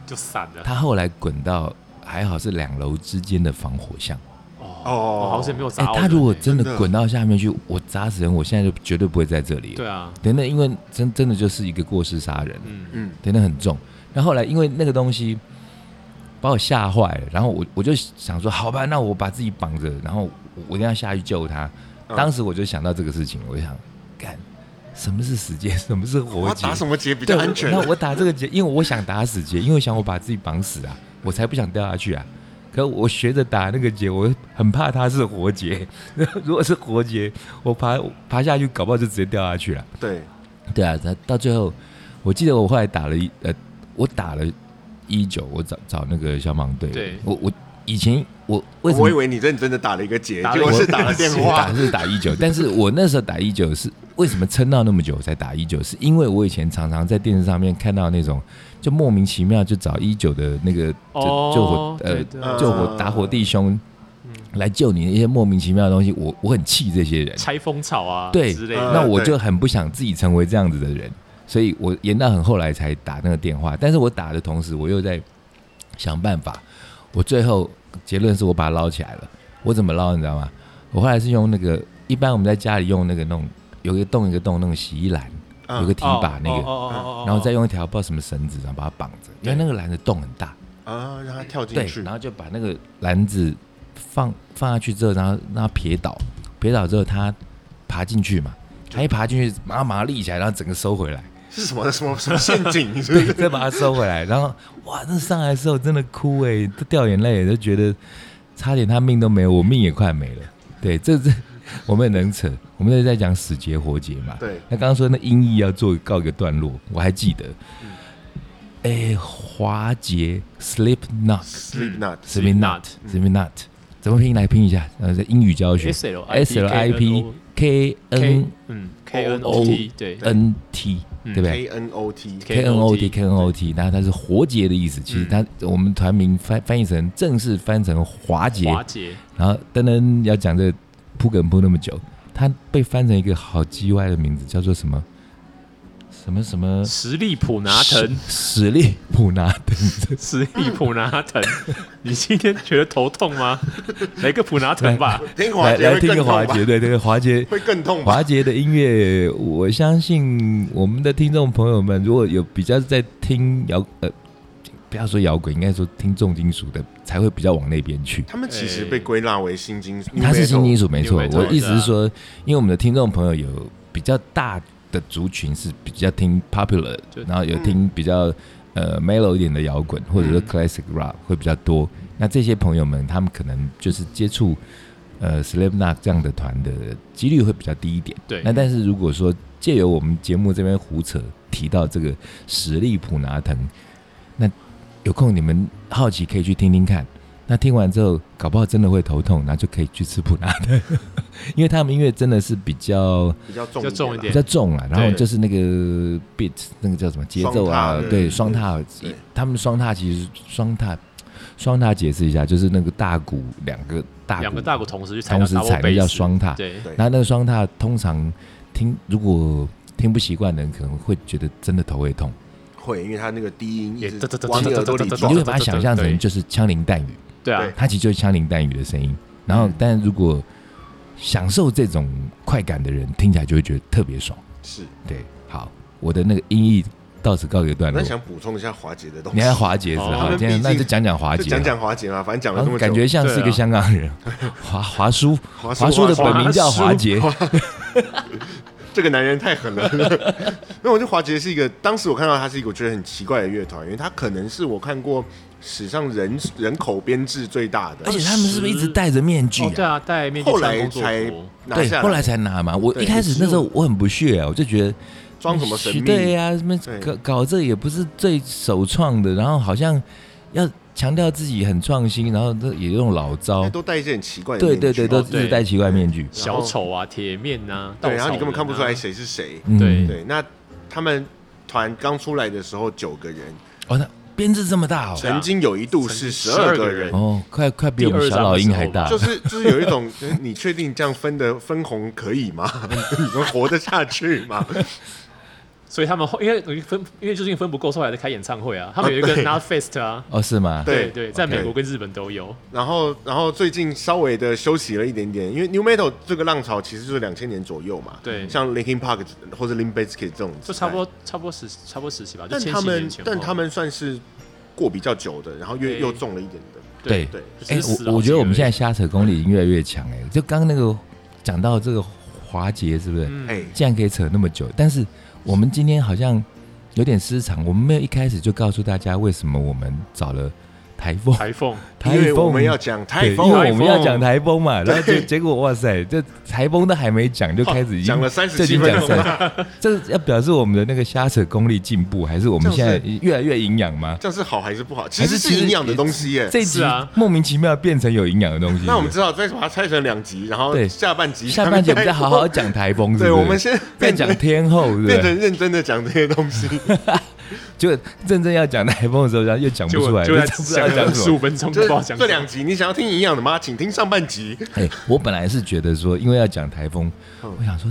Speaker 2: 就散了，
Speaker 3: 它后来滚到还好是两楼之间的防火巷。
Speaker 2: 哦，
Speaker 1: 哦
Speaker 2: 我好险没有砸
Speaker 3: 哎、
Speaker 2: 我人欸，
Speaker 3: 它如果真
Speaker 1: 真
Speaker 3: 的
Speaker 1: 的
Speaker 3: 滚到下面去，我砸死人，我现在就绝对不会在这里了。
Speaker 2: 对啊，
Speaker 3: 对，那因为真真的就是一个过失杀人。
Speaker 2: 嗯，
Speaker 1: 嗯，
Speaker 3: 对，那很重。然后后来因为那个东西把我吓坏了，然后我我就想说，好吧，那我把自己绑着，然后我我一定要下去救他。
Speaker 1: 嗯
Speaker 3: 当时我就想到这个事情，我就想，干，什么是死结， 什么是
Speaker 1: 我
Speaker 3: 活
Speaker 1: 要
Speaker 3: 结？
Speaker 1: 打什么结比
Speaker 3: 对，
Speaker 1: 较
Speaker 3: 我
Speaker 1: 安全？
Speaker 3: 那我打这个结，因为我想打死结，因为我想我把自己绑死啊，我才不想掉下去啊。可我学着打那个结，我很怕它是活结。 如果是活结，我爬爬下去，搞不好就直接掉下去了。
Speaker 1: 对，
Speaker 3: 对啊，他到最后，我记得我后来打了一呃，我打了一九，我找找那个消防队。
Speaker 2: 对
Speaker 3: 我我以前我为什么
Speaker 1: 我以为你认真的打了一个结，
Speaker 2: 打了
Speaker 1: 结
Speaker 2: 一
Speaker 1: 果
Speaker 2: 个
Speaker 1: 是打了电
Speaker 3: 我打
Speaker 1: 话，
Speaker 3: 是打一九，但是我那时候打一九是为什么撑到那么久我才打一九？是因为我以前常常在电视上面看到那种就莫名其妙就找一九的那个救救火
Speaker 2: 哦，
Speaker 3: 呃
Speaker 2: 对对
Speaker 1: 嗯
Speaker 3: 救火打火弟兄
Speaker 2: 嗯
Speaker 3: 来救你那些莫名其妙的东西，我我很气这些人。
Speaker 2: 拆蜂草啊，
Speaker 3: 对
Speaker 2: 之类
Speaker 1: 嗯
Speaker 2: 的，
Speaker 3: 那我就很不想自己成为这样子的人，所以我延到很后来才打那个电话。但是我打的同时，我又在想办法。我最后结论是我把它捞起来了。我怎么捞，你知道吗？我后来是用那个，一般我们在家里用那个那种有一个洞一个洞那种洗衣篮，有个
Speaker 1: 嗯
Speaker 3: 提把那
Speaker 2: 哦
Speaker 3: 个，
Speaker 2: 哦哦哦哦
Speaker 3: 然后再用一条不知道什么绳子，然后把它绑着，因为那个篮的洞很大，
Speaker 1: 啊，让他跳进
Speaker 3: 对，
Speaker 1: 去
Speaker 3: 然，后就把那个篮子放放下去之后，然后让它撇倒，撇倒之后它爬进去嘛，它一爬进去，马上把它立起来，然后整个收回来，
Speaker 1: 是什么什么什么陷阱？ 你是不
Speaker 3: 对，
Speaker 1: 是？
Speaker 3: 再把它收回来，然后哇，那上来的时候真的哭哎、都掉眼泪，都觉得差点他命都没有，我命也快没了。对，这这我们也能扯，我们在讲死结活结嘛。
Speaker 1: 对
Speaker 3: 那刚刚说那音译要做告一个段落，我还记得，哎、华杰 Sleep Not。
Speaker 1: ，Sleep Not，
Speaker 3: Simi Nut，Simi Nut，怎么拼来拼一下？呃，这英语教学
Speaker 2: S L
Speaker 3: S L I P K
Speaker 2: K
Speaker 3: N
Speaker 2: 嗯 K N O
Speaker 3: O
Speaker 2: T 对
Speaker 3: N T，
Speaker 2: 嗯
Speaker 3: 对不
Speaker 1: K
Speaker 3: 对
Speaker 1: N O T
Speaker 2: K
Speaker 3: ？K
Speaker 2: N
Speaker 3: N
Speaker 2: O
Speaker 3: O
Speaker 2: T
Speaker 3: T K N O T，然后它是活结的意思。其实它我们团名翻翻译成正式翻成华结，
Speaker 2: 华姐
Speaker 3: 然后噔噔要讲这个铺梗铺那么久，它被翻成一个好叽歪的名字，叫做什么什么什么
Speaker 2: 实力普拿藤，
Speaker 3: 史史力普拿腾，
Speaker 2: 实力普拿藤， 你今天觉得头痛 吗？来个普拿藤吧，
Speaker 1: 听华
Speaker 3: 来
Speaker 1: 姐
Speaker 3: 来
Speaker 1: 会
Speaker 3: 听
Speaker 1: 更
Speaker 3: 个
Speaker 1: 痛
Speaker 3: 华
Speaker 1: 吧？
Speaker 3: 杰，对对，华杰
Speaker 1: 会更痛吧？
Speaker 3: 华杰的音乐，我相信我们的听众朋友们，如果有比较在听摇呃，不要说摇滚，应该说听重金属的，才会比较往那边去。
Speaker 1: 他们其实被归纳为新金属，
Speaker 3: 它是新金
Speaker 1: 属，
Speaker 3: 属没错，
Speaker 2: New metal，啊
Speaker 3: 我意思是说，因为我们的听众朋友有比较大的族群是比较听 popular，
Speaker 2: 就
Speaker 3: 然后有听比较呃 mellow 一点的摇滚，或者说
Speaker 1: 嗯
Speaker 3: classic rock 会比较多。那这些朋友们，他们可能就是接触呃 Slipknot 这样的团的几率会比较低一点。
Speaker 2: 对
Speaker 3: 那但是如果说借由我们节目这边胡扯提到这个实力普拿藤，那有空你们好奇可以去听听看。那听完之后，搞不好真的会头痛，然后就可以去吃普拿藤， 因为他们音乐真的是比较
Speaker 1: 比较重
Speaker 2: 比较重一
Speaker 1: 啦
Speaker 2: 点
Speaker 3: 比较重啊，然后
Speaker 2: 对
Speaker 3: 就是那个 beat 那个叫什么节奏啊
Speaker 1: 双踏，
Speaker 3: 对，
Speaker 1: 嗯
Speaker 3: 双踏
Speaker 1: 对，
Speaker 3: 他们双踏其实双踏双踏解释一下，就是那个大鼓两个大鼓
Speaker 2: 两个大鼓同时去踩到
Speaker 3: 啊同时
Speaker 2: double
Speaker 3: 踩，那
Speaker 2: bass
Speaker 3: 叫双踏。
Speaker 2: 对
Speaker 1: 对
Speaker 3: 然后那个双踏通常听如果听不习惯的人，可能会觉得真的头会痛，
Speaker 1: 会，因为他那个低音一
Speaker 2: 也
Speaker 1: 直
Speaker 2: 哒哒哒
Speaker 1: 往你
Speaker 2: 哒
Speaker 1: 耳朵
Speaker 2: 哒
Speaker 1: 里
Speaker 2: 哒哒
Speaker 3: 你
Speaker 1: 撞
Speaker 3: 就，会把它想象
Speaker 2: 对
Speaker 3: 成就是枪林弹雨，
Speaker 2: 对啊
Speaker 1: 对，
Speaker 3: 它其实就是枪林弹雨的声音。然后
Speaker 1: 嗯，
Speaker 3: 但如果享受这种快感的人，听起来就会觉得特别爽。
Speaker 1: 是。
Speaker 3: 对，好，我的那个音译到此告一个段落
Speaker 1: 那。想补充一下华姐的东西，
Speaker 3: 你还华杰是
Speaker 2: 哦
Speaker 3: 好，
Speaker 2: 他们
Speaker 3: 啊今天
Speaker 1: 毕
Speaker 3: 那
Speaker 1: 竟
Speaker 3: 就讲讲华
Speaker 1: 就
Speaker 3: 杰
Speaker 1: 讲
Speaker 3: 好，
Speaker 1: 讲华姐嘛，反正讲了
Speaker 3: 好
Speaker 1: 这么久，
Speaker 3: 感觉像是
Speaker 2: 对
Speaker 3: 一个
Speaker 2: 啊
Speaker 3: 香港人，华 华叔，
Speaker 1: 华
Speaker 3: 华叔的
Speaker 2: 华
Speaker 3: 本名叫华杰，
Speaker 1: 这个男人太狠了。 那我觉得华杰是一个，当时我看到他是一个我觉得很奇怪的乐团，因为他可能是我看过史上人人口编制最大的
Speaker 3: 而，且他们是不是一直戴着面具
Speaker 2: 哦对
Speaker 3: 啊？
Speaker 2: 啊，戴面具
Speaker 1: 后
Speaker 2: 穿
Speaker 1: 来
Speaker 2: 工作
Speaker 1: 才
Speaker 2: 服，
Speaker 1: 拿
Speaker 3: 对
Speaker 1: 下，来。
Speaker 3: 后来才拿嘛。我
Speaker 1: 对
Speaker 3: 一开始那时候我很不屑啊，我就觉得
Speaker 1: 装什么神秘？
Speaker 3: 对呀、什么
Speaker 1: 对
Speaker 3: 搞搞这也不是最首创的，然后好像要强调自己很创新，然后这也用老
Speaker 1: 因为
Speaker 3: 招，
Speaker 1: 哎都戴一些很奇怪的
Speaker 3: 对
Speaker 1: 面具
Speaker 3: 对对，都
Speaker 2: 哦
Speaker 3: 一
Speaker 2: 对
Speaker 3: 直戴奇怪面具，
Speaker 2: 小丑啊，铁面啊，
Speaker 1: 对，
Speaker 2: 稻
Speaker 1: 然后
Speaker 2: 草
Speaker 1: 你根本
Speaker 2: 人
Speaker 1: 看不
Speaker 2: 啊
Speaker 1: 出来谁是谁。
Speaker 3: 嗯
Speaker 2: 对
Speaker 1: 对，那他们团刚出来的时候九个人，
Speaker 3: 哦，那编制这么大哦，
Speaker 2: 对啊
Speaker 1: 曾经有一度是十二个人
Speaker 2: 12个人。
Speaker 3: 哦，快快比我
Speaker 2: 第
Speaker 3: 们
Speaker 2: 二
Speaker 3: 小
Speaker 2: 章
Speaker 3: 老
Speaker 2: 的
Speaker 3: 鹰
Speaker 2: 时
Speaker 3: 还
Speaker 2: 候
Speaker 3: 大，
Speaker 1: 啊就是就是有一种， 呃你确定这样分的分红可以吗？ 你们活得下去 吗？
Speaker 2: 所以他们后因为等于分，因为最近分不够，所以还在开演唱会啊。他们有一
Speaker 1: 啊
Speaker 2: 个
Speaker 1: 对
Speaker 2: Not Fest 啊，
Speaker 3: 哦是吗？
Speaker 1: 对
Speaker 2: 对对，在
Speaker 1: OK
Speaker 2: 美国跟日本都有。
Speaker 1: 然后，然后最近稍微的休息了一点点，因为 New Metal 这个浪潮其实就是两千年左右嘛。
Speaker 2: 对
Speaker 1: 像 Linkin Park 或者 Limp Bizkit 这种，
Speaker 2: 就差不。多差不多时差不多时期吧，就
Speaker 1: 但
Speaker 2: 千
Speaker 1: 他
Speaker 2: 禧年
Speaker 1: 们
Speaker 2: 前后。
Speaker 1: 但他们算是过比较久的，然后又、
Speaker 2: 对
Speaker 1: 又重了一点的。
Speaker 3: 对
Speaker 1: 对，
Speaker 3: 哎、
Speaker 2: 只是死
Speaker 3: 我
Speaker 2: 老
Speaker 3: 我觉得我们
Speaker 2: 几
Speaker 3: 现
Speaker 2: 个
Speaker 3: 在
Speaker 2: 人
Speaker 3: 瞎扯功力已经越来越强哎、就刚刚那个讲到这个华杰是不是？
Speaker 2: 嗯
Speaker 1: 哎、
Speaker 3: 竟然可以扯那么久，但是我们今天好像有点失常，我们没有一开始就告诉大家为什么我们找了台风，
Speaker 2: 台风
Speaker 3: 台
Speaker 1: 啊因为
Speaker 3: 风
Speaker 1: 我们要讲台
Speaker 3: 对，
Speaker 1: 风，
Speaker 3: 因为我们要讲
Speaker 1: 台
Speaker 3: 台风嘛，然后结
Speaker 1: 对
Speaker 3: 结果哇塞，这台风都还没讲就开始已经、
Speaker 1: 讲了三十
Speaker 3: 这已
Speaker 1: 七
Speaker 3: 经
Speaker 1: 分
Speaker 3: 讲
Speaker 1: 钟了，
Speaker 3: 三，这要表示我们的那个瞎扯功力进步，还是我们
Speaker 1: 就是
Speaker 3: 现在越来越营养吗？
Speaker 1: 这样是好还是不好？其
Speaker 3: 还是
Speaker 1: 实
Speaker 3: 其
Speaker 1: 是
Speaker 3: 实
Speaker 1: 营养的东西耶。
Speaker 3: 这一
Speaker 2: 是
Speaker 3: 集
Speaker 2: 啊
Speaker 3: 莫名其妙变成有营养的东西，
Speaker 1: 那我们只好再把它拆成两集，然后
Speaker 3: 对
Speaker 1: 下半集
Speaker 3: 下半节我们再好好讲台风，是不是
Speaker 1: 对，我们先
Speaker 3: 再
Speaker 1: 变成
Speaker 3: 讲天后，对不
Speaker 1: 变
Speaker 3: 对？
Speaker 1: 成认真的讲这些东 西。
Speaker 3: 就真正要讲台风的时候，然后又讲不
Speaker 2: 就
Speaker 3: 出来，
Speaker 2: 就在
Speaker 3: 讲不知道讲什
Speaker 2: 十五
Speaker 3: 么。
Speaker 2: 分钟，不
Speaker 1: 这
Speaker 2: 知道讲
Speaker 1: 这
Speaker 2: 什
Speaker 1: 两
Speaker 2: 么
Speaker 1: 集你想要听营养的吗？请听上半集。
Speaker 3: 哎，我本来是觉得说，因为要讲台风，
Speaker 1: 嗯
Speaker 3: 我想说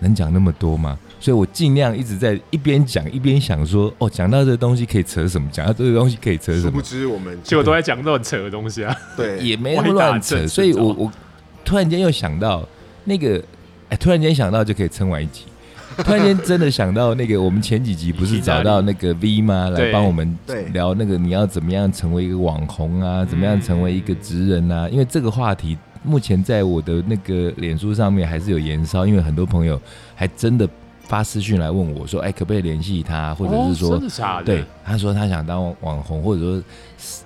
Speaker 3: 能讲那么多吗？所以我尽量一直在一边讲一边想说，哦，讲到这东西可以扯什么，讲到这个东西可以扯
Speaker 1: 殊
Speaker 3: 什
Speaker 1: 不
Speaker 3: 么，
Speaker 1: 知我们
Speaker 2: 结果都在讲乱扯的东西啊。
Speaker 1: 对
Speaker 3: 也没那么乱扯。
Speaker 2: 歪打正着
Speaker 3: 所以我我突然间又想到那个，哎，突然间想到就可以撑完一 集。突然间真的想到那个，我们前几集不是找到那个 V 吗？来
Speaker 2: 对
Speaker 3: 帮我们
Speaker 1: 对
Speaker 3: 聊那个你要怎么样成为一个网红
Speaker 2: 嗯
Speaker 3: 啊，怎么样成为一个职人啊？因为这个话题目前在我的那个脸书上面还是有延烧，因为很多朋友还真的发私讯来问我说，哎，可不可以联系他，或者是说、
Speaker 2: 哦真的假的？
Speaker 3: 对，他说他想当网红，或者说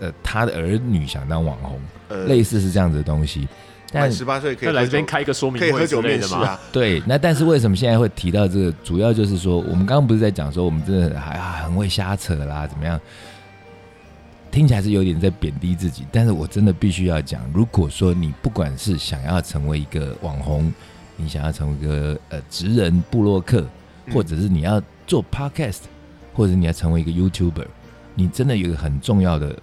Speaker 3: 呃他的儿女想当网红，
Speaker 1: 呃
Speaker 3: 类似是这样子的东西。但
Speaker 1: 满十八岁可以
Speaker 2: 那来
Speaker 1: 喝
Speaker 2: 这边
Speaker 1: 酒，
Speaker 2: 开一个说明
Speaker 1: 可以喝
Speaker 2: 会之
Speaker 1: 酒
Speaker 2: 类
Speaker 1: 面
Speaker 2: 的
Speaker 1: 试
Speaker 2: 嘛？
Speaker 1: 啊。
Speaker 3: 对，那但是为什么现在会提到这个？主要就是说，我们刚刚不是在讲说我们真的还、啊、很会瞎扯啦，怎么样？听起来是有点在贬低自己，但是我真的必须要讲，如果说你不管是想要成为一个网红，你想要成为一个呃职人部落客，
Speaker 1: 嗯
Speaker 3: 或者是你要做 podcast，或者你要成为一个 YouTuber，你真的有一个很重要的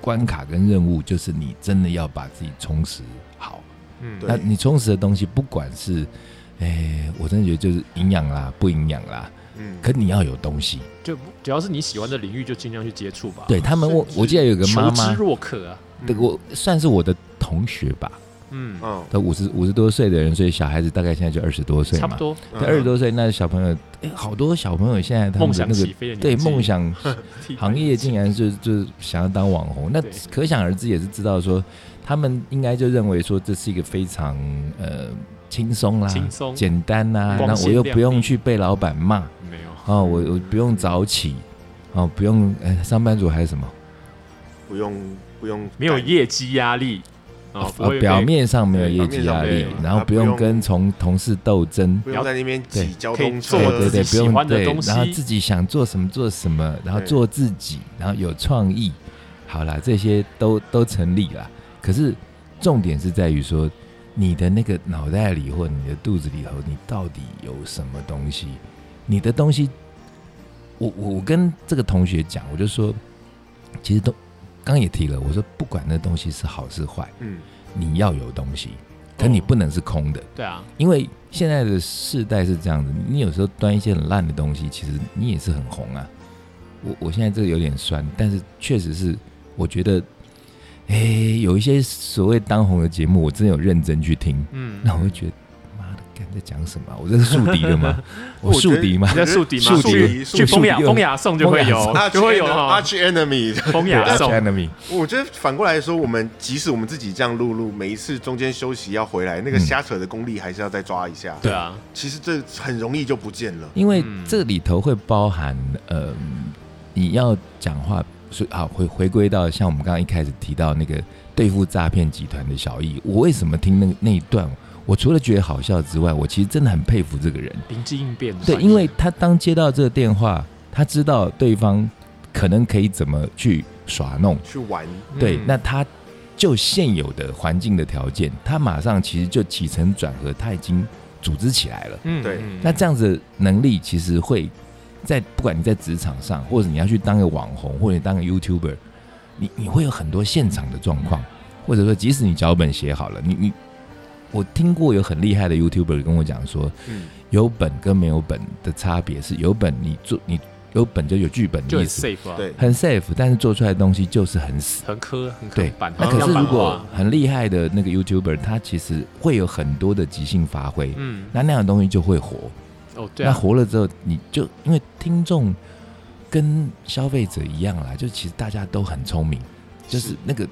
Speaker 3: 关卡跟任务，就是你真的要把自己充实好。
Speaker 2: 嗯，
Speaker 1: 对
Speaker 3: 那你充实的东西，不管是哎，我真的觉得就是营养啦，不营养啦，
Speaker 1: 嗯，
Speaker 3: 可你要有东西。
Speaker 2: 就只要是你喜欢的领域，就尽量去接触吧。
Speaker 3: 对他们，我
Speaker 1: 是
Speaker 3: 我记得有个妈
Speaker 2: 啊求知
Speaker 3: 妈，
Speaker 2: 若渴啊。
Speaker 3: 对我算是我的同学吧，
Speaker 2: 嗯，
Speaker 1: 嗯，
Speaker 3: 他五十五十多岁的人，所以小孩子大概现在就二十多岁
Speaker 2: 差不
Speaker 3: 嘛。
Speaker 2: 多，
Speaker 1: 嗯
Speaker 3: 对，二十，多岁那小朋友，哎，好多小朋友现在他
Speaker 2: 梦
Speaker 3: 们的
Speaker 2: 想
Speaker 3: 那个
Speaker 2: 起飞的
Speaker 3: 对
Speaker 2: 年纪
Speaker 3: 梦想行业竟然是就是想要当网红，那
Speaker 2: 对
Speaker 3: 可想而知也是知道说，他们应该就认为说这是一个非常呃轻松啦、
Speaker 2: 轻松
Speaker 3: 简单啦、
Speaker 2: 光
Speaker 3: 那
Speaker 2: 鲜
Speaker 3: 我又
Speaker 2: 亮
Speaker 3: 不用
Speaker 2: 丽
Speaker 3: 去被老板骂
Speaker 2: 没有，
Speaker 3: 哦，我我不用早起哦，不用呃上班族还是什么。
Speaker 1: 嗯不用不用，
Speaker 2: 没有业绩压力啊，不
Speaker 3: 呃
Speaker 2: 会被
Speaker 3: 表面上没有业绩
Speaker 1: 对表
Speaker 3: 压力
Speaker 1: 面上没，有
Speaker 3: 然后不用跟从同事斗争，
Speaker 1: 不用在那边挤
Speaker 3: 对
Speaker 1: 交
Speaker 2: 可以
Speaker 1: 通车嗯
Speaker 2: 做，
Speaker 3: 对对对，
Speaker 2: 自
Speaker 3: 不
Speaker 2: 己喜
Speaker 3: 用
Speaker 2: 欢的
Speaker 3: 对
Speaker 2: 东，西
Speaker 3: 然后自己想做什么做什么，然后
Speaker 1: 对
Speaker 3: 做自己，然后有创意，好啦，这些都都成立啦。可是重点是在于说，你的那个脑袋里或你的肚子里头，你到底有什么东西？你的东西，我我我跟这个同学讲，我就说，其实都刚刚也提了，我说不管那东西是好是坏。
Speaker 1: 嗯，
Speaker 3: 你要有东西，可
Speaker 2: 哦
Speaker 3: 你不能是空的，
Speaker 2: 对啊，
Speaker 3: 因为现在的世代是这样子，你有时候端一些很烂的东西，其实你也是很红啊。我我现在这个有点酸，但是确实是，我觉得，哎、有一些所谓当红的节目，我真的有认真去听，
Speaker 2: 嗯，
Speaker 3: 那我会觉得，妈的，干在讲什么啊、我这是树敌的 吗？我
Speaker 1: 觉得
Speaker 3: 树敌吗
Speaker 2: 你？在树敌嘛，
Speaker 3: 树
Speaker 2: 树
Speaker 1: 敌
Speaker 2: 去
Speaker 3: 树
Speaker 2: 风雅
Speaker 3: 树敌
Speaker 2: 风雅颂就会有
Speaker 3: 风，
Speaker 1: Arch
Speaker 2: 就会有
Speaker 3: 啊
Speaker 2: 哈
Speaker 1: arch enemy，
Speaker 2: 风
Speaker 3: 对
Speaker 2: 雅
Speaker 3: Arch
Speaker 2: 颂，
Speaker 3: enemy，
Speaker 1: 我觉得反过来说，我们即使我们自己这样录录，每一次中间休息要回来，那个
Speaker 3: 嗯
Speaker 1: 瞎扯的功力还是要再抓一下。
Speaker 2: 对，啊，
Speaker 1: 其实这很容易就不见了。
Speaker 3: 因为
Speaker 2: 嗯
Speaker 3: 这里头会包含，呃，你要讲话，所以好回回归到像我们刚刚一开始提到那个对付诈骗集团的小易，我为什么听那个那一段？我除了觉得好笑之外，我其实真的很佩服这个人。
Speaker 2: 灵机应变的
Speaker 3: 对，
Speaker 2: 反应，
Speaker 3: 因为他当接到这个电话，他知道对方可能可以怎么去耍弄，
Speaker 1: 去玩，
Speaker 2: 嗯
Speaker 3: 对，那他就现有的环境的条件，他马上其实就起承转合，他已经组织起来了。
Speaker 2: 嗯
Speaker 1: 对
Speaker 2: 嗯
Speaker 3: 那这样子的能力其实会在不管你在职场上，或者你要去当个网红，或者你当个 YouTuber，你你会有很多现场的状况，或者说即使你脚本写好了，你你我听过有很厉害的 YouTuber 跟我讲说，
Speaker 1: 嗯，
Speaker 3: 有本跟没有本的差别是有本你做你有本就有剧本
Speaker 2: 就
Speaker 3: 的意
Speaker 2: 很
Speaker 3: 思，
Speaker 2: safe 啊，
Speaker 1: 对，
Speaker 3: 很 safe，但是做出来的东西就是很死。
Speaker 2: 很科很科
Speaker 3: 对
Speaker 2: 板，
Speaker 3: 那
Speaker 1: 啊
Speaker 2: 很
Speaker 3: 可
Speaker 2: 样
Speaker 3: 是
Speaker 2: 板
Speaker 3: 如
Speaker 2: 化
Speaker 3: 果很厉害的那个 YouTuber，他其实会有很多的即兴发挥，
Speaker 2: 嗯，
Speaker 3: 那那样的东西就会火。
Speaker 2: 哦对
Speaker 3: 那
Speaker 2: 啊，
Speaker 3: 活了之后，你就因为听众跟消费者一样啦，就其实大家都很聪明，就是那个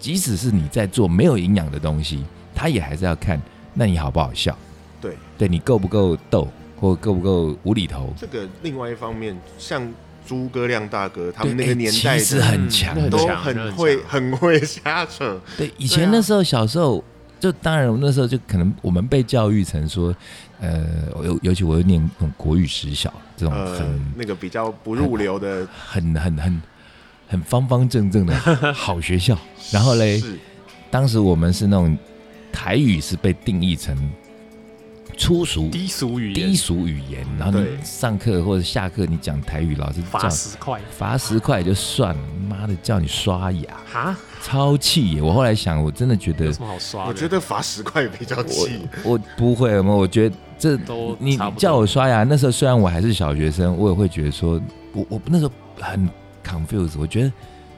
Speaker 3: 即使是你在做没有营养的东西，他也还是要看那你好不好笑，
Speaker 1: 对。
Speaker 3: 对你够不够逗，或够不够无厘头。
Speaker 1: 这个另外一方面，像诸葛亮大哥他
Speaker 3: 对，
Speaker 1: 们那个
Speaker 3: 哎
Speaker 1: 年代
Speaker 3: 其实
Speaker 1: 的
Speaker 3: 很强
Speaker 2: 嗯那
Speaker 3: 的，
Speaker 1: 都啊
Speaker 2: 很强
Speaker 1: 很会很会瞎扯，
Speaker 3: 对，以
Speaker 1: 对
Speaker 3: 前
Speaker 1: 啊
Speaker 3: 那时候小时候，就当然我那时候就可能我们被教育成说，呃，尤尤其我又念那种国语实小这种
Speaker 1: 呃
Speaker 3: 很、，
Speaker 1: 那个比较不入流的，
Speaker 3: 很很很很方方正正的好学校。然后嘞，
Speaker 1: 是
Speaker 3: 当时我们是那种台语是被定义成粗俗。
Speaker 2: 低俗语言
Speaker 3: 低俗语言，然后
Speaker 1: 对
Speaker 3: 你上课或者下课你讲台语，老师叫
Speaker 2: 罚十块
Speaker 3: 罚十块也就算了，妈的叫你刷牙，
Speaker 2: 哈，
Speaker 3: 超气耶！我后来想，我真的觉得
Speaker 2: 有什么好刷的？
Speaker 1: 我觉得罚十块比较气，
Speaker 3: 我不会，我我觉得这
Speaker 2: 都
Speaker 3: 你
Speaker 2: 差不多
Speaker 3: 叫我刷牙，那时候虽然我还是小学生，我也会觉得说，我我那时候很 confused，我觉得，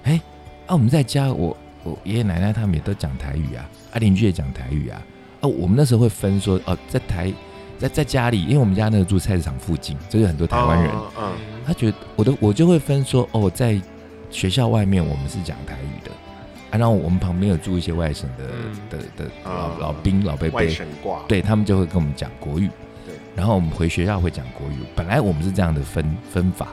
Speaker 3: 哎、啊，我们在家，我我爷爷奶奶他们也都讲台语啊，啊，邻居也讲台语啊，啊，我们那时候会分说，哦、在台在在家里，因为我们家那个住菜市场附近，就是很多台湾
Speaker 2: 哦
Speaker 3: 人，
Speaker 1: 啊，
Speaker 2: 嗯
Speaker 1: 啊
Speaker 3: 他觉得我都我就会分说，哦，在学校外面我们是讲台语的。啊，然后我们旁边有住一些外省的、
Speaker 2: 嗯
Speaker 3: 的的
Speaker 1: 啊
Speaker 3: 老老兵老伯伯，
Speaker 1: 外省挂，
Speaker 3: 对他们就会跟我们讲国语，
Speaker 1: 对，
Speaker 3: 然后我们回学校会讲国语。本来我们是这样的分分法，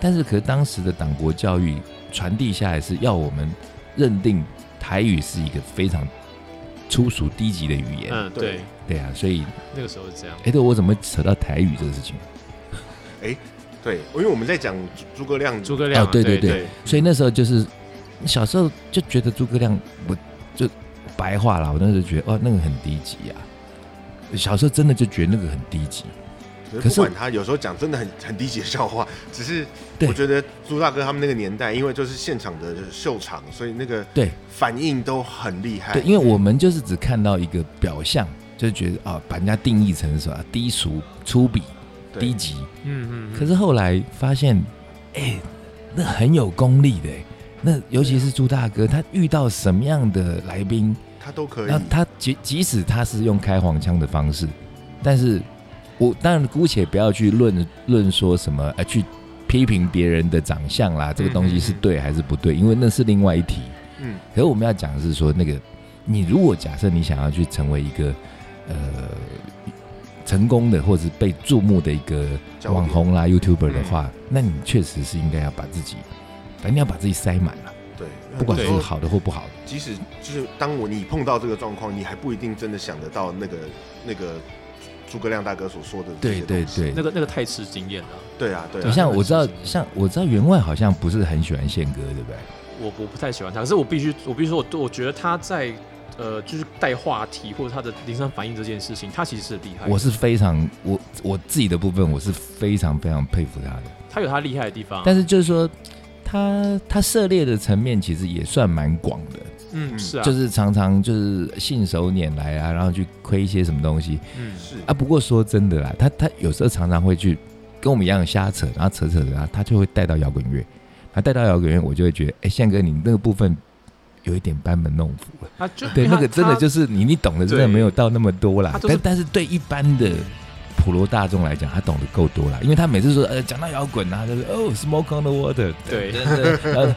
Speaker 3: 但是可是当时的党国教育传递下来是要我们认定台语是一个非常粗俗低级的语言，
Speaker 2: 嗯对，
Speaker 3: 对啊，所以
Speaker 2: 那个时候是这样，
Speaker 3: 哎，对我怎么扯到台语这个事情？
Speaker 1: 对，因为我们在讲诸诸葛亮，
Speaker 2: 诸葛亮
Speaker 3: 哦对
Speaker 2: 对
Speaker 3: 对对所以那时候就是小时候就觉得诸葛亮，我就白话啦，我那时候觉得哦那个很低级啊，小时候真的就觉得那个很低级。
Speaker 1: 可
Speaker 3: 可
Speaker 1: 是
Speaker 3: 是
Speaker 1: 不管他有时候讲真的很很低级的笑话，只是
Speaker 3: 对
Speaker 1: 我觉得朱大哥他们那个年代，因为就是现场的秀场，所以那个
Speaker 3: 对
Speaker 1: 反应都很厉害。
Speaker 2: 哎
Speaker 3: 对，因为我们就是只看到一个表象，就觉得啊，把人家定义成什么低俗、粗鄙、
Speaker 1: 对
Speaker 3: 低级。
Speaker 2: 嗯嗯，
Speaker 3: 可是后来发现，哎、那很有功力的、哎那尤其是朱大哥，他遇到什么样的来宾，
Speaker 1: 他都可以
Speaker 3: 那，他即即使他是用开黄腔的方式，但是我当然姑且不要去论论说什么，呃，去批评别人的长相啦，这个东西
Speaker 2: 嗯
Speaker 3: 是
Speaker 2: 嗯嗯
Speaker 3: 对还是不对，因为那是另外一题。
Speaker 1: 嗯，
Speaker 3: 可是我们要讲的是说，那个你如果假设你想要去成为一个呃成功的或者是被注目的一个
Speaker 1: 焦点
Speaker 3: 网红啦、YouTuber 的话，那你确实是应该要把自己，反正要把自己塞满了，
Speaker 1: 嗯对，
Speaker 3: 不管
Speaker 1: 很
Speaker 3: 是
Speaker 1: 多时候
Speaker 3: 好的或不好的。
Speaker 1: 即使就是当我你碰到这个状况，你还不一定真的想得到那个那个诸葛亮大哥所说的这
Speaker 3: 对
Speaker 1: 些
Speaker 3: 对
Speaker 1: 东西
Speaker 3: 对，
Speaker 2: 那个那个太吃经验了，
Speaker 1: 对啊对
Speaker 3: 你
Speaker 1: 啊，
Speaker 3: 像我知道
Speaker 2: 那个，其实
Speaker 3: 像我知道员外好像不是很喜欢宪哥，对不对？
Speaker 2: 我我不太喜欢他，可是我必须我必须说，我我觉得他在呃就是带话题或者他的临场反应这件事情，他其实是厉
Speaker 1: 哎
Speaker 2: 害的，
Speaker 3: 我是非常我我自己的部分，我是非常非常佩服他的。
Speaker 2: 他有他厉害的地方，
Speaker 1: 啊
Speaker 3: 但是就是说，他他涉猎的层面其实也算蛮广的，
Speaker 2: 嗯是啊，
Speaker 3: 就是常常就是信手拈来啊，然后去窥一些什么东西
Speaker 2: 嗯
Speaker 1: 是
Speaker 3: 啊。不过说真的啦，他他有时候常常会去跟我们一样瞎扯，然后扯扯的啊，他就会带到摇滚乐，他带到摇滚乐，我就会觉得，哎，宪哥你那个部分有一点班门弄 斧了。
Speaker 2: 他就
Speaker 3: 对，
Speaker 2: 因为
Speaker 3: 那
Speaker 2: 他
Speaker 3: 个真的
Speaker 2: 他
Speaker 3: 就是你你懂的真的
Speaker 2: 对
Speaker 3: 没有到那么多啦
Speaker 2: 他，就是
Speaker 3: 但但是对一般的。普罗大众来讲，他懂得够多啦，因为他每次说呃讲到摇滚啊，他就说哦 smoke on the water，
Speaker 2: 对
Speaker 3: 等等等然后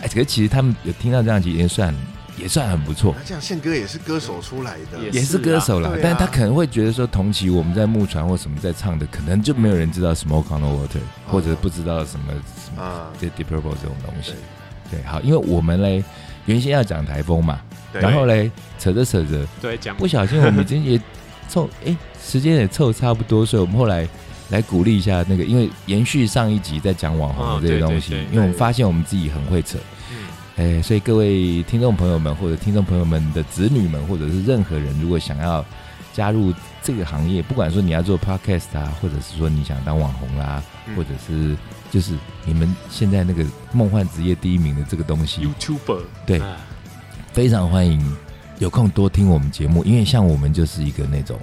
Speaker 3: 哎，可是其实他们有听到这样，其实也算也算很不错，
Speaker 1: 那这样宪哥也是歌手出来的，
Speaker 2: 也
Speaker 3: 也是歌手啦，
Speaker 1: 对啊
Speaker 3: 但他可能会觉得说，同期我们在木船或什么在唱的，可能就没有人知道 Smoke on the Water，、或
Speaker 1: 哦
Speaker 3: 者不知道什么什么
Speaker 1: 啊，
Speaker 3: 这 Deep Purple 这种东西。对，好，因为我们嘞原先要讲台风嘛，
Speaker 1: 对
Speaker 3: 然后嘞扯着扯着，
Speaker 2: 对讲
Speaker 3: 不小心我们已经也凑哎时间也凑差不多，所以我们后来来鼓励一下那个，因为延续上一集在讲网红
Speaker 2: 嗯
Speaker 3: 的这些
Speaker 2: 对
Speaker 3: 东
Speaker 2: 对
Speaker 3: 西，
Speaker 2: 对
Speaker 3: 因为我们发现我们自己很会扯，
Speaker 2: 嗯
Speaker 3: 哎，所以各位听众朋友们，或者听众朋友们的子女们，或者是任何人，如果想要加入这个行业，不管说你要做 podcast 啊，或者是说你想当网红啦、啊
Speaker 1: 嗯
Speaker 3: 或者是就是你们现在那个梦幻职业第一名的这个东西，
Speaker 2: YouTuber
Speaker 3: 对
Speaker 2: 哎
Speaker 3: 非常欢迎有空多听我们节目，因为像我们就是一个那种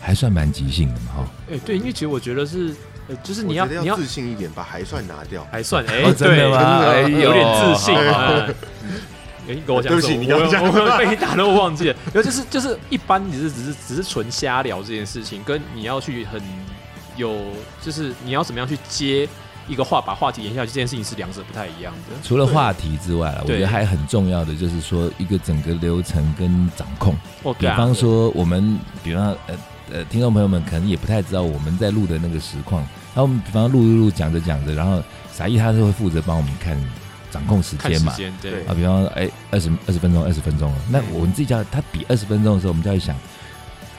Speaker 3: 还算蛮即兴的嘛哈。
Speaker 2: 哎对，因为其实我觉得是呃就是你
Speaker 1: 嗯我
Speaker 2: 要
Speaker 1: 觉得
Speaker 2: 你
Speaker 1: 要
Speaker 2: 要
Speaker 1: 自信一点，把还算拿掉。
Speaker 2: 还算哎
Speaker 3: 哦真的
Speaker 2: 对
Speaker 3: 吗
Speaker 1: 哎呦
Speaker 2: 有点自信
Speaker 1: 好
Speaker 2: 啊。哎哎，你跟我讲什么，
Speaker 1: 哦对不起你
Speaker 2: 我
Speaker 1: 刚刚讲
Speaker 2: 我 我被你打的，我忘记了。然后就是就是一般你是只是只是纯瞎聊这件事情，跟你要去很有，就是你要怎么样去接一个话，把话题延下去，这件事情是两者不太一样的。
Speaker 3: 除了话题之外了，我
Speaker 2: 对
Speaker 3: 觉得还很重要的就是说一个整个流程跟掌控。
Speaker 2: 哦，
Speaker 3: 比
Speaker 2: 对啊，
Speaker 3: 方说，我们比方呃呃，听众朋友们可能也不太知道我们在录的那个实况。然后我们比方录录录讲着讲着，然后傻一他是会负责帮我们看掌控时
Speaker 2: 看
Speaker 3: 间
Speaker 2: 时
Speaker 3: 嘛。
Speaker 2: 间，对
Speaker 1: 对，
Speaker 3: 啊，比方说哎，二十二十分钟，二十分钟了。啊那我们自己叫他比二十分钟的时候，我们就要想，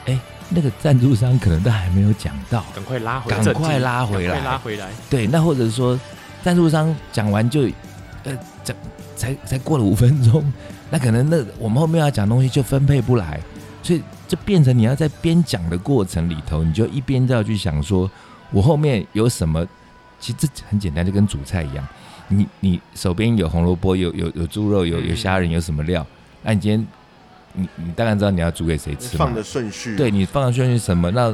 Speaker 3: 哎，那个赞助商可能他还没有讲到，
Speaker 2: 赶快拉回，
Speaker 3: 赶
Speaker 2: 正
Speaker 3: 快
Speaker 2: 题
Speaker 3: 拉回
Speaker 2: 赶快拉
Speaker 3: 来。
Speaker 2: 回来，
Speaker 3: 对，那或者说赞助商讲完就，呃，讲才才过了五分钟，那可能那我们后面要讲东西就分配不来，所以就变成你要在边讲的过程里头，你就一边要去想说，我后面有什么？其实这很简单，就跟煮菜一样，你你手边有红萝卜，有有有猪肉，有有虾仁，有什么料？那你今天你你大概知道你要煮给谁吃嘛？
Speaker 1: 放的顺
Speaker 2: 嗯
Speaker 1: 序，
Speaker 3: 对你放上去是什么？那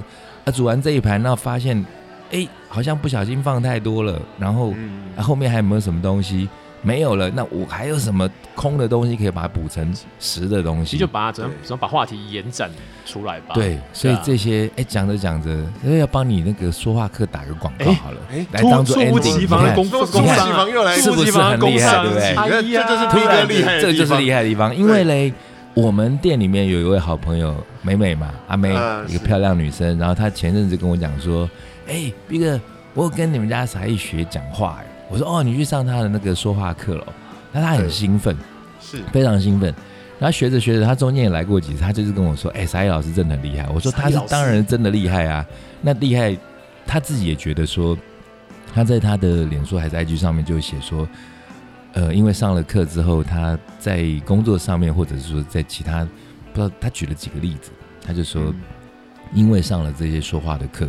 Speaker 3: 啊煮完这一盘，那发现哎、好像不小心放太多了，然后、
Speaker 1: 嗯，
Speaker 3: 啊后面还有没有什么东西没有了？那我还有什么空的东西可以把它补成实的东
Speaker 2: 其实
Speaker 3: 西
Speaker 2: 就？把怎么怎么把话题延展出来吧。
Speaker 3: 对，所以
Speaker 2: 啊
Speaker 3: 这些哎讲着讲着，因为要帮你那个说话课打个广告
Speaker 2: 哎
Speaker 3: 好了，
Speaker 1: 哎
Speaker 3: 来当做
Speaker 2: 猝不
Speaker 3: ending，
Speaker 2: 及
Speaker 3: 你
Speaker 2: 防的
Speaker 3: 看
Speaker 2: 工
Speaker 1: 都
Speaker 2: 作
Speaker 1: 是攻
Speaker 2: 工
Speaker 3: 你看
Speaker 1: 哎击
Speaker 2: 伤啊
Speaker 1: 房又来
Speaker 3: 是
Speaker 2: 猝
Speaker 3: 不
Speaker 2: 不
Speaker 3: 是
Speaker 2: 及防
Speaker 3: 很
Speaker 2: 工
Speaker 3: 厉害
Speaker 2: 伤
Speaker 3: 对不对
Speaker 2: 哎呀
Speaker 1: 这就是
Speaker 3: 突
Speaker 1: 突
Speaker 3: 然
Speaker 1: 然厉害的
Speaker 3: 这
Speaker 1: 地
Speaker 3: 就是
Speaker 1: 方
Speaker 3: 厉害的地方，因为嘞，我们店里面有一位好朋友美美嘛，阿妹，
Speaker 1: 啊
Speaker 3: 一个
Speaker 1: 是
Speaker 3: 漂亮女生，然后她前阵子跟我讲说，哎，毕哥，我有跟你们家傻一学讲话，哎我说哦，你去上她的那个说话课了，那她很
Speaker 1: 对
Speaker 3: 兴奋，
Speaker 1: 是
Speaker 3: 非常兴奋。然后学着学着，她中间也来过几次，她就是跟我说：“哎、傻一老师真的很厉害。”我说：“
Speaker 2: 傻一
Speaker 3: 她是
Speaker 2: 老师
Speaker 3: 当然真的厉害啊，那厉害，她自己也觉得说，她在她的脸书还是 IG 上面就写说，呃，因为上了课之后，她在工作上面或者是说在其他，不知道她举了几个例子，她就说、
Speaker 1: 嗯
Speaker 3: 因为上了这些说话的课，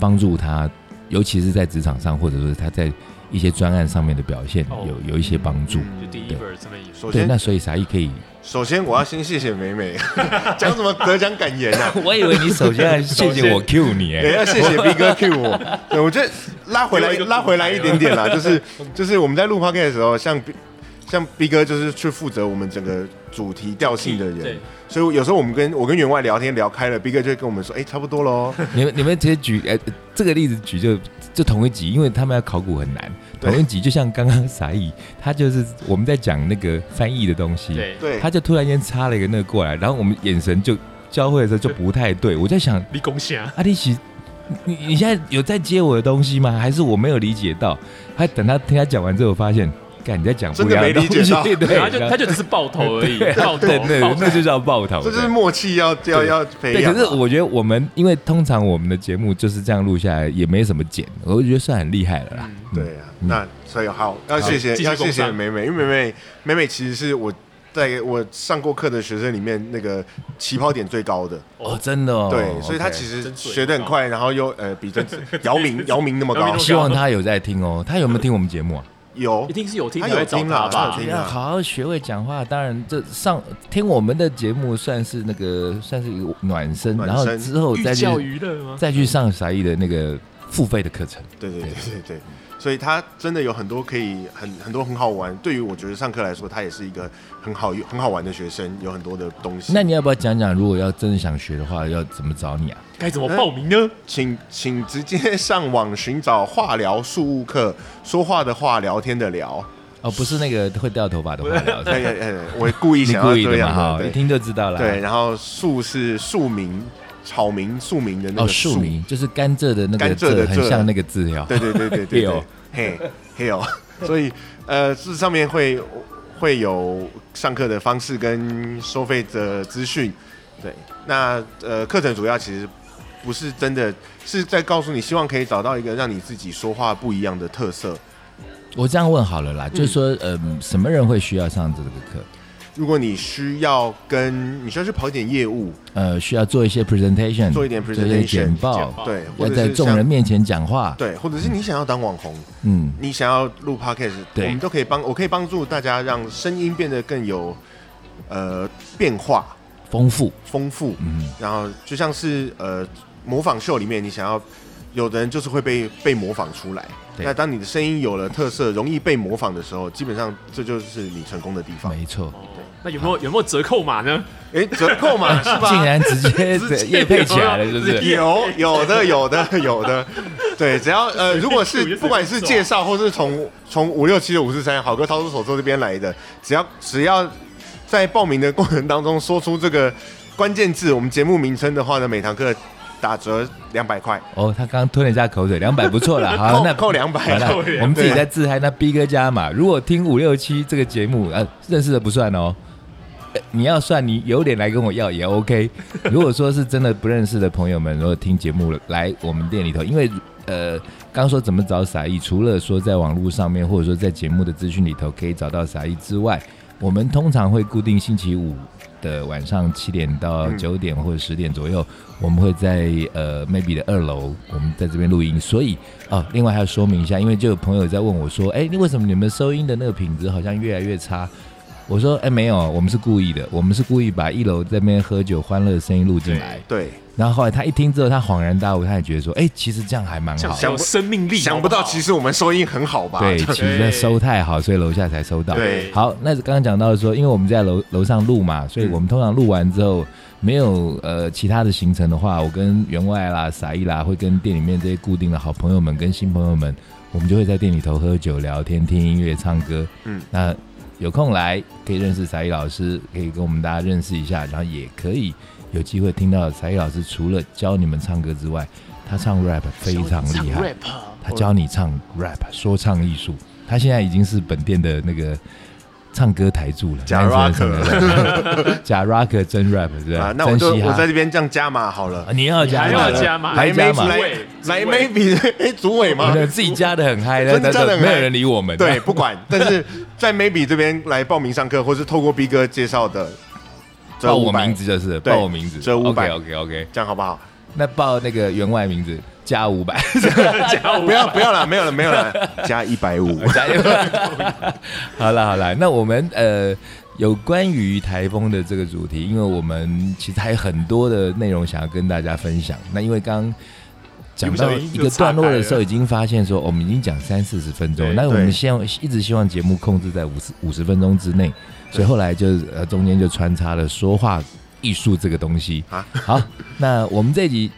Speaker 3: 帮助他，尤其是在职场上，或者说他在一些专案上面的表现，
Speaker 2: 哦嗯
Speaker 3: 有有一些帮助。
Speaker 2: 就第一
Speaker 3: 对
Speaker 2: v 这么一
Speaker 1: 首
Speaker 3: 对，
Speaker 1: 先
Speaker 3: 那所以啥意可以？
Speaker 1: 首先我要先谢谢美 美，讲什么得奖感言啊？
Speaker 3: 我以为你首 先还谢 谢我 Q 你哎、
Speaker 1: 也要 谢谢 B 哥 Q 我。对，我觉得拉回来
Speaker 2: 另外一个啊
Speaker 1: 拉回来一点 点啦，就是就是我们在录 podcast 的时候，像 B 像 B 哥就是去负责我们整个主题调性的人
Speaker 2: 对，
Speaker 1: 所以有时候我们跟我跟员外聊天聊开了，B 哥就会跟我们说，哎、差不多喽。
Speaker 3: 你们你们直接举哎、这个例子举就就同一集，因为他们要考古很难。
Speaker 1: 对
Speaker 3: 同一集就像刚刚啥意，他就是我们在讲那个翻译的东西，
Speaker 2: 对，
Speaker 1: 对，
Speaker 3: 他就突然间插了一个那个过来，然后我们眼神就交汇的时候就不太对，我在想啊
Speaker 2: 立功下，
Speaker 3: 阿丽奇，你你现在有在接我的东西吗？还是我没有理解到？他等他听他讲完之后，发现，干你在讲不一样
Speaker 1: 真的没理解
Speaker 3: 东西
Speaker 1: 到
Speaker 3: 对
Speaker 2: 对，
Speaker 3: 对，
Speaker 2: 他就他就只是爆头而已，爆头，
Speaker 3: 对对，
Speaker 2: 爆
Speaker 3: 那就
Speaker 2: 头，
Speaker 3: 叫爆头。
Speaker 1: 这就是
Speaker 3: 对
Speaker 1: 默契要要
Speaker 3: 对
Speaker 1: 要培
Speaker 3: 对，
Speaker 1: 养
Speaker 3: 可
Speaker 1: 啊。
Speaker 3: 是我觉得我们因为通常我们的节目就是这样录下来，也没什么剪，我觉得算很厉害了啦。
Speaker 2: 嗯
Speaker 1: 对啊，那所以好，要谢谢
Speaker 2: 继续
Speaker 1: 要谢
Speaker 2: 工
Speaker 1: 谢
Speaker 2: 商
Speaker 1: 美美，因为美美美美其实是我在我上过课的学生里面那个起跑点最高的。
Speaker 3: 哦，真的哦，
Speaker 1: 对，所以他
Speaker 3: OK
Speaker 1: 其实
Speaker 2: 真水
Speaker 1: 学的很快，然后又呃比 真姚明姚明那么
Speaker 2: 姚
Speaker 1: 高
Speaker 2: 明那，么
Speaker 3: 希望他有在听哦，他有没有听我们节目啊？
Speaker 1: 有
Speaker 2: 一定是有听
Speaker 1: 他
Speaker 2: 才
Speaker 1: 有
Speaker 2: 会找
Speaker 1: 听啦他有
Speaker 2: 吧
Speaker 1: 听？
Speaker 3: 要好好学会讲话，当然这上听我们的节目算是那个算是一个暖身，
Speaker 1: 暖身
Speaker 3: 然后之后
Speaker 2: 寓
Speaker 3: 再去
Speaker 2: 教于乐吗？
Speaker 3: 再去上傻艺的那个付费的课程。
Speaker 1: 对对对对对，所以他真的有很多可以很很多很好玩。对于我觉得上课来说，他也是一个很好很好玩的学生，有很多的东西。
Speaker 3: 那你要不要讲讲，如果要真的想学的话，要怎么找你啊？
Speaker 2: 该怎么报名呢？
Speaker 1: 请请直接上网寻找化疗术务课，说话的话，聊天的聊。
Speaker 3: 哦，不是那个会掉头发的话 聊，
Speaker 1: 哎哎哎，我故意
Speaker 3: 你
Speaker 1: 想要
Speaker 3: 故意
Speaker 1: 这
Speaker 3: 的
Speaker 1: 样
Speaker 3: 嘛
Speaker 1: 的
Speaker 3: 哈，一
Speaker 1: 对
Speaker 3: 听就知道了。
Speaker 1: 对，，然后树是树名，草名树名的那
Speaker 3: 哦，
Speaker 1: 个
Speaker 3: 庶民就是甘蔗的那
Speaker 1: 甘
Speaker 3: 个
Speaker 1: 蔗的
Speaker 3: 蔗，
Speaker 1: 蔗
Speaker 3: 很像那个字哟。
Speaker 1: 对对对对 对
Speaker 3: Hill
Speaker 1: 对，嘿嘿哦，所以呃，这上面会会有上课的方式跟收费的资讯，对，那呃，课程主要其实不是真的是在告诉你，希望可以找到一个让你自己说话不一样的特色。
Speaker 3: 我这样问好了
Speaker 1: 嗯
Speaker 3: 啦，就是说，呃，什么人会需要上这个课？
Speaker 1: 如果你需要跟你需要去跑一点业务，
Speaker 3: 呃，需要做一些 presentation，
Speaker 1: 做一点
Speaker 3: 做一些
Speaker 1: presentation，
Speaker 3: 简
Speaker 2: 简
Speaker 3: 报
Speaker 2: 报，
Speaker 1: 对，或
Speaker 3: 要
Speaker 1: 者
Speaker 3: 在
Speaker 1: 是
Speaker 3: 众人
Speaker 1: 像
Speaker 3: 面前讲话。
Speaker 1: 对，或者是你想要当网红，
Speaker 3: 嗯，
Speaker 1: 你想要录 podcast，我
Speaker 3: 对
Speaker 1: 们都可以帮，我可以帮助大家让声音变得更有呃变化。
Speaker 3: 丰富。
Speaker 1: 丰富，
Speaker 3: 嗯，
Speaker 1: 然后就像是呃模仿秀里面，你想要有的人就是会被被模仿出来。
Speaker 3: 对
Speaker 1: 那当你的声音有了特色，容易被模仿的时候，基本上这就是你成功的地方。
Speaker 3: 没错。
Speaker 2: 哦，那有没有有没有折扣码呢？
Speaker 1: 哎，折扣嘛是
Speaker 3: 竟
Speaker 1: 吧？
Speaker 3: 然直 接
Speaker 2: 直接
Speaker 3: 夜配起来了，是不是？
Speaker 1: 有有的有的有的，对，只要 呃，如果是不管
Speaker 3: 啊
Speaker 1: 是介绍或是从从五六七的五四三好哥操作手册这边来的，只要只要在报名的过程当中说出这个关键字，我们节目名称的话呢，每堂课打折两百块。
Speaker 3: 哦，他刚吞了一下口水，两百不错了，好，
Speaker 1: 扣
Speaker 3: 那
Speaker 1: 扣200
Speaker 3: 好了
Speaker 1: 扣
Speaker 2: 200
Speaker 3: 我们自己在自嗨，那逼哥加嘛。如果听五六七这个节目，呃，认识的不算哦。呃你要算，你有脸来跟我要也 OK。如果说是真的不认识的朋友们，如果听节目了来我们店里头，因为呃，刚说怎么找傻艺，除了说在网络上面，或者说在节目的资讯里头可以找到傻艺之外，我们通常会固定星期五的晚上七点到
Speaker 1: 嗯
Speaker 3: 九点或者十点左右，我们会在呃 maybe 的二楼，我们在这边录音。所以哦，另外还要说明一下，因为就有朋友在问我说，哎、你为什么你们收音的那个品质好像越来越差？我说，哎、没有，我们是故意的，我们是故意把一楼这边喝酒欢乐的声音录进来。
Speaker 1: 对，
Speaker 3: 然后后来他一听之后，他恍然大悟，他也觉得说，哎、其实这样还蛮
Speaker 2: 这
Speaker 3: 好
Speaker 2: 样
Speaker 3: 的。
Speaker 2: 才有生命力，
Speaker 1: 想不到其
Speaker 2: 实
Speaker 1: 实我们收音很好吧？
Speaker 3: 对，其实在收太好，所以楼下才收到。
Speaker 1: 对嗯
Speaker 3: 好，那刚刚讲到说，因为我们在楼楼上录嘛，所以我们通常录完之后，没有呃其他的行程的话，我跟员外啦、傻一啦，会跟店里面这些固定的好朋友们跟新朋友们，我们就会在店里头喝酒、聊天、听音乐、唱歌。
Speaker 1: 嗯
Speaker 3: 嗯，那有空来可以认识傻一老师，可以跟我们大家认识一下，然后也可以有机会听到傻一老师除了教你们唱歌之外，他唱 rap 非常厉害。
Speaker 1: 哦
Speaker 3: 他教你唱 rap 说唱艺术，他现在已经是本店的那个唱歌台柱了，
Speaker 1: 假
Speaker 3: 男生的唱歌台柱 假 rock 真 rap 对
Speaker 1: 啊
Speaker 3: 吧？，
Speaker 1: 那我就
Speaker 3: 真嘻
Speaker 1: 我
Speaker 3: 哈
Speaker 1: 在这边这样加码好了
Speaker 3: 啊。你要加
Speaker 2: 还
Speaker 3: 码
Speaker 2: 要
Speaker 3: 了
Speaker 2: 加码
Speaker 3: 还加码
Speaker 2: 来
Speaker 1: 来
Speaker 2: 主委
Speaker 1: 来
Speaker 2: 主委
Speaker 1: ，maybe 哎， 组委
Speaker 3: 我
Speaker 1: 吗？
Speaker 3: 们自己加的很 嗨，
Speaker 1: 真的
Speaker 3: 但
Speaker 1: 加得很嗨
Speaker 3: 没有人理我们。
Speaker 1: 对，不 管，但是在 maybe 这边来报名上课，或是透过 B 哥介绍的，折
Speaker 3: 报我
Speaker 1: 500
Speaker 3: 名字就是
Speaker 1: 对
Speaker 3: 报我名字，
Speaker 1: 折500
Speaker 3: OK OK OK。
Speaker 1: 这样好不好？
Speaker 3: 那报那个员外名字加五百，
Speaker 1: 不要不要了，没有了没有 了，加一百五。
Speaker 3: 加油！好了好了，那我们呃有关于台风的这个主题，因为我们其实还有很多的内容想要跟大家分享。那因为刚刚讲到一个段落的时候，已经发现说我们已经讲三四十分钟，
Speaker 2: 对
Speaker 3: 那我们希望一直希望节目控制在五十五十分钟之内，所以后来就呃中间就穿插了说话艺术这个东西。
Speaker 1: 啊
Speaker 3: 好，那我们这一集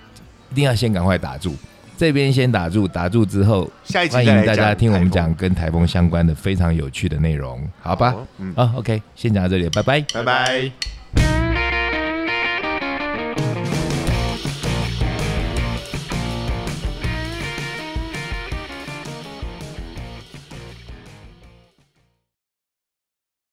Speaker 3: 一定要先赶快打住。这边先打住，打住之后
Speaker 1: 下一集
Speaker 3: 欢
Speaker 1: 再
Speaker 3: 迎
Speaker 1: 来
Speaker 3: 大家听我们
Speaker 1: 台
Speaker 3: 讲
Speaker 1: 风，
Speaker 3: 跟台风相关的非常有趣的内容，好吧？
Speaker 1: 好哦嗯，
Speaker 3: 啊、o k 先讲到这里，拜拜。
Speaker 1: 拜拜。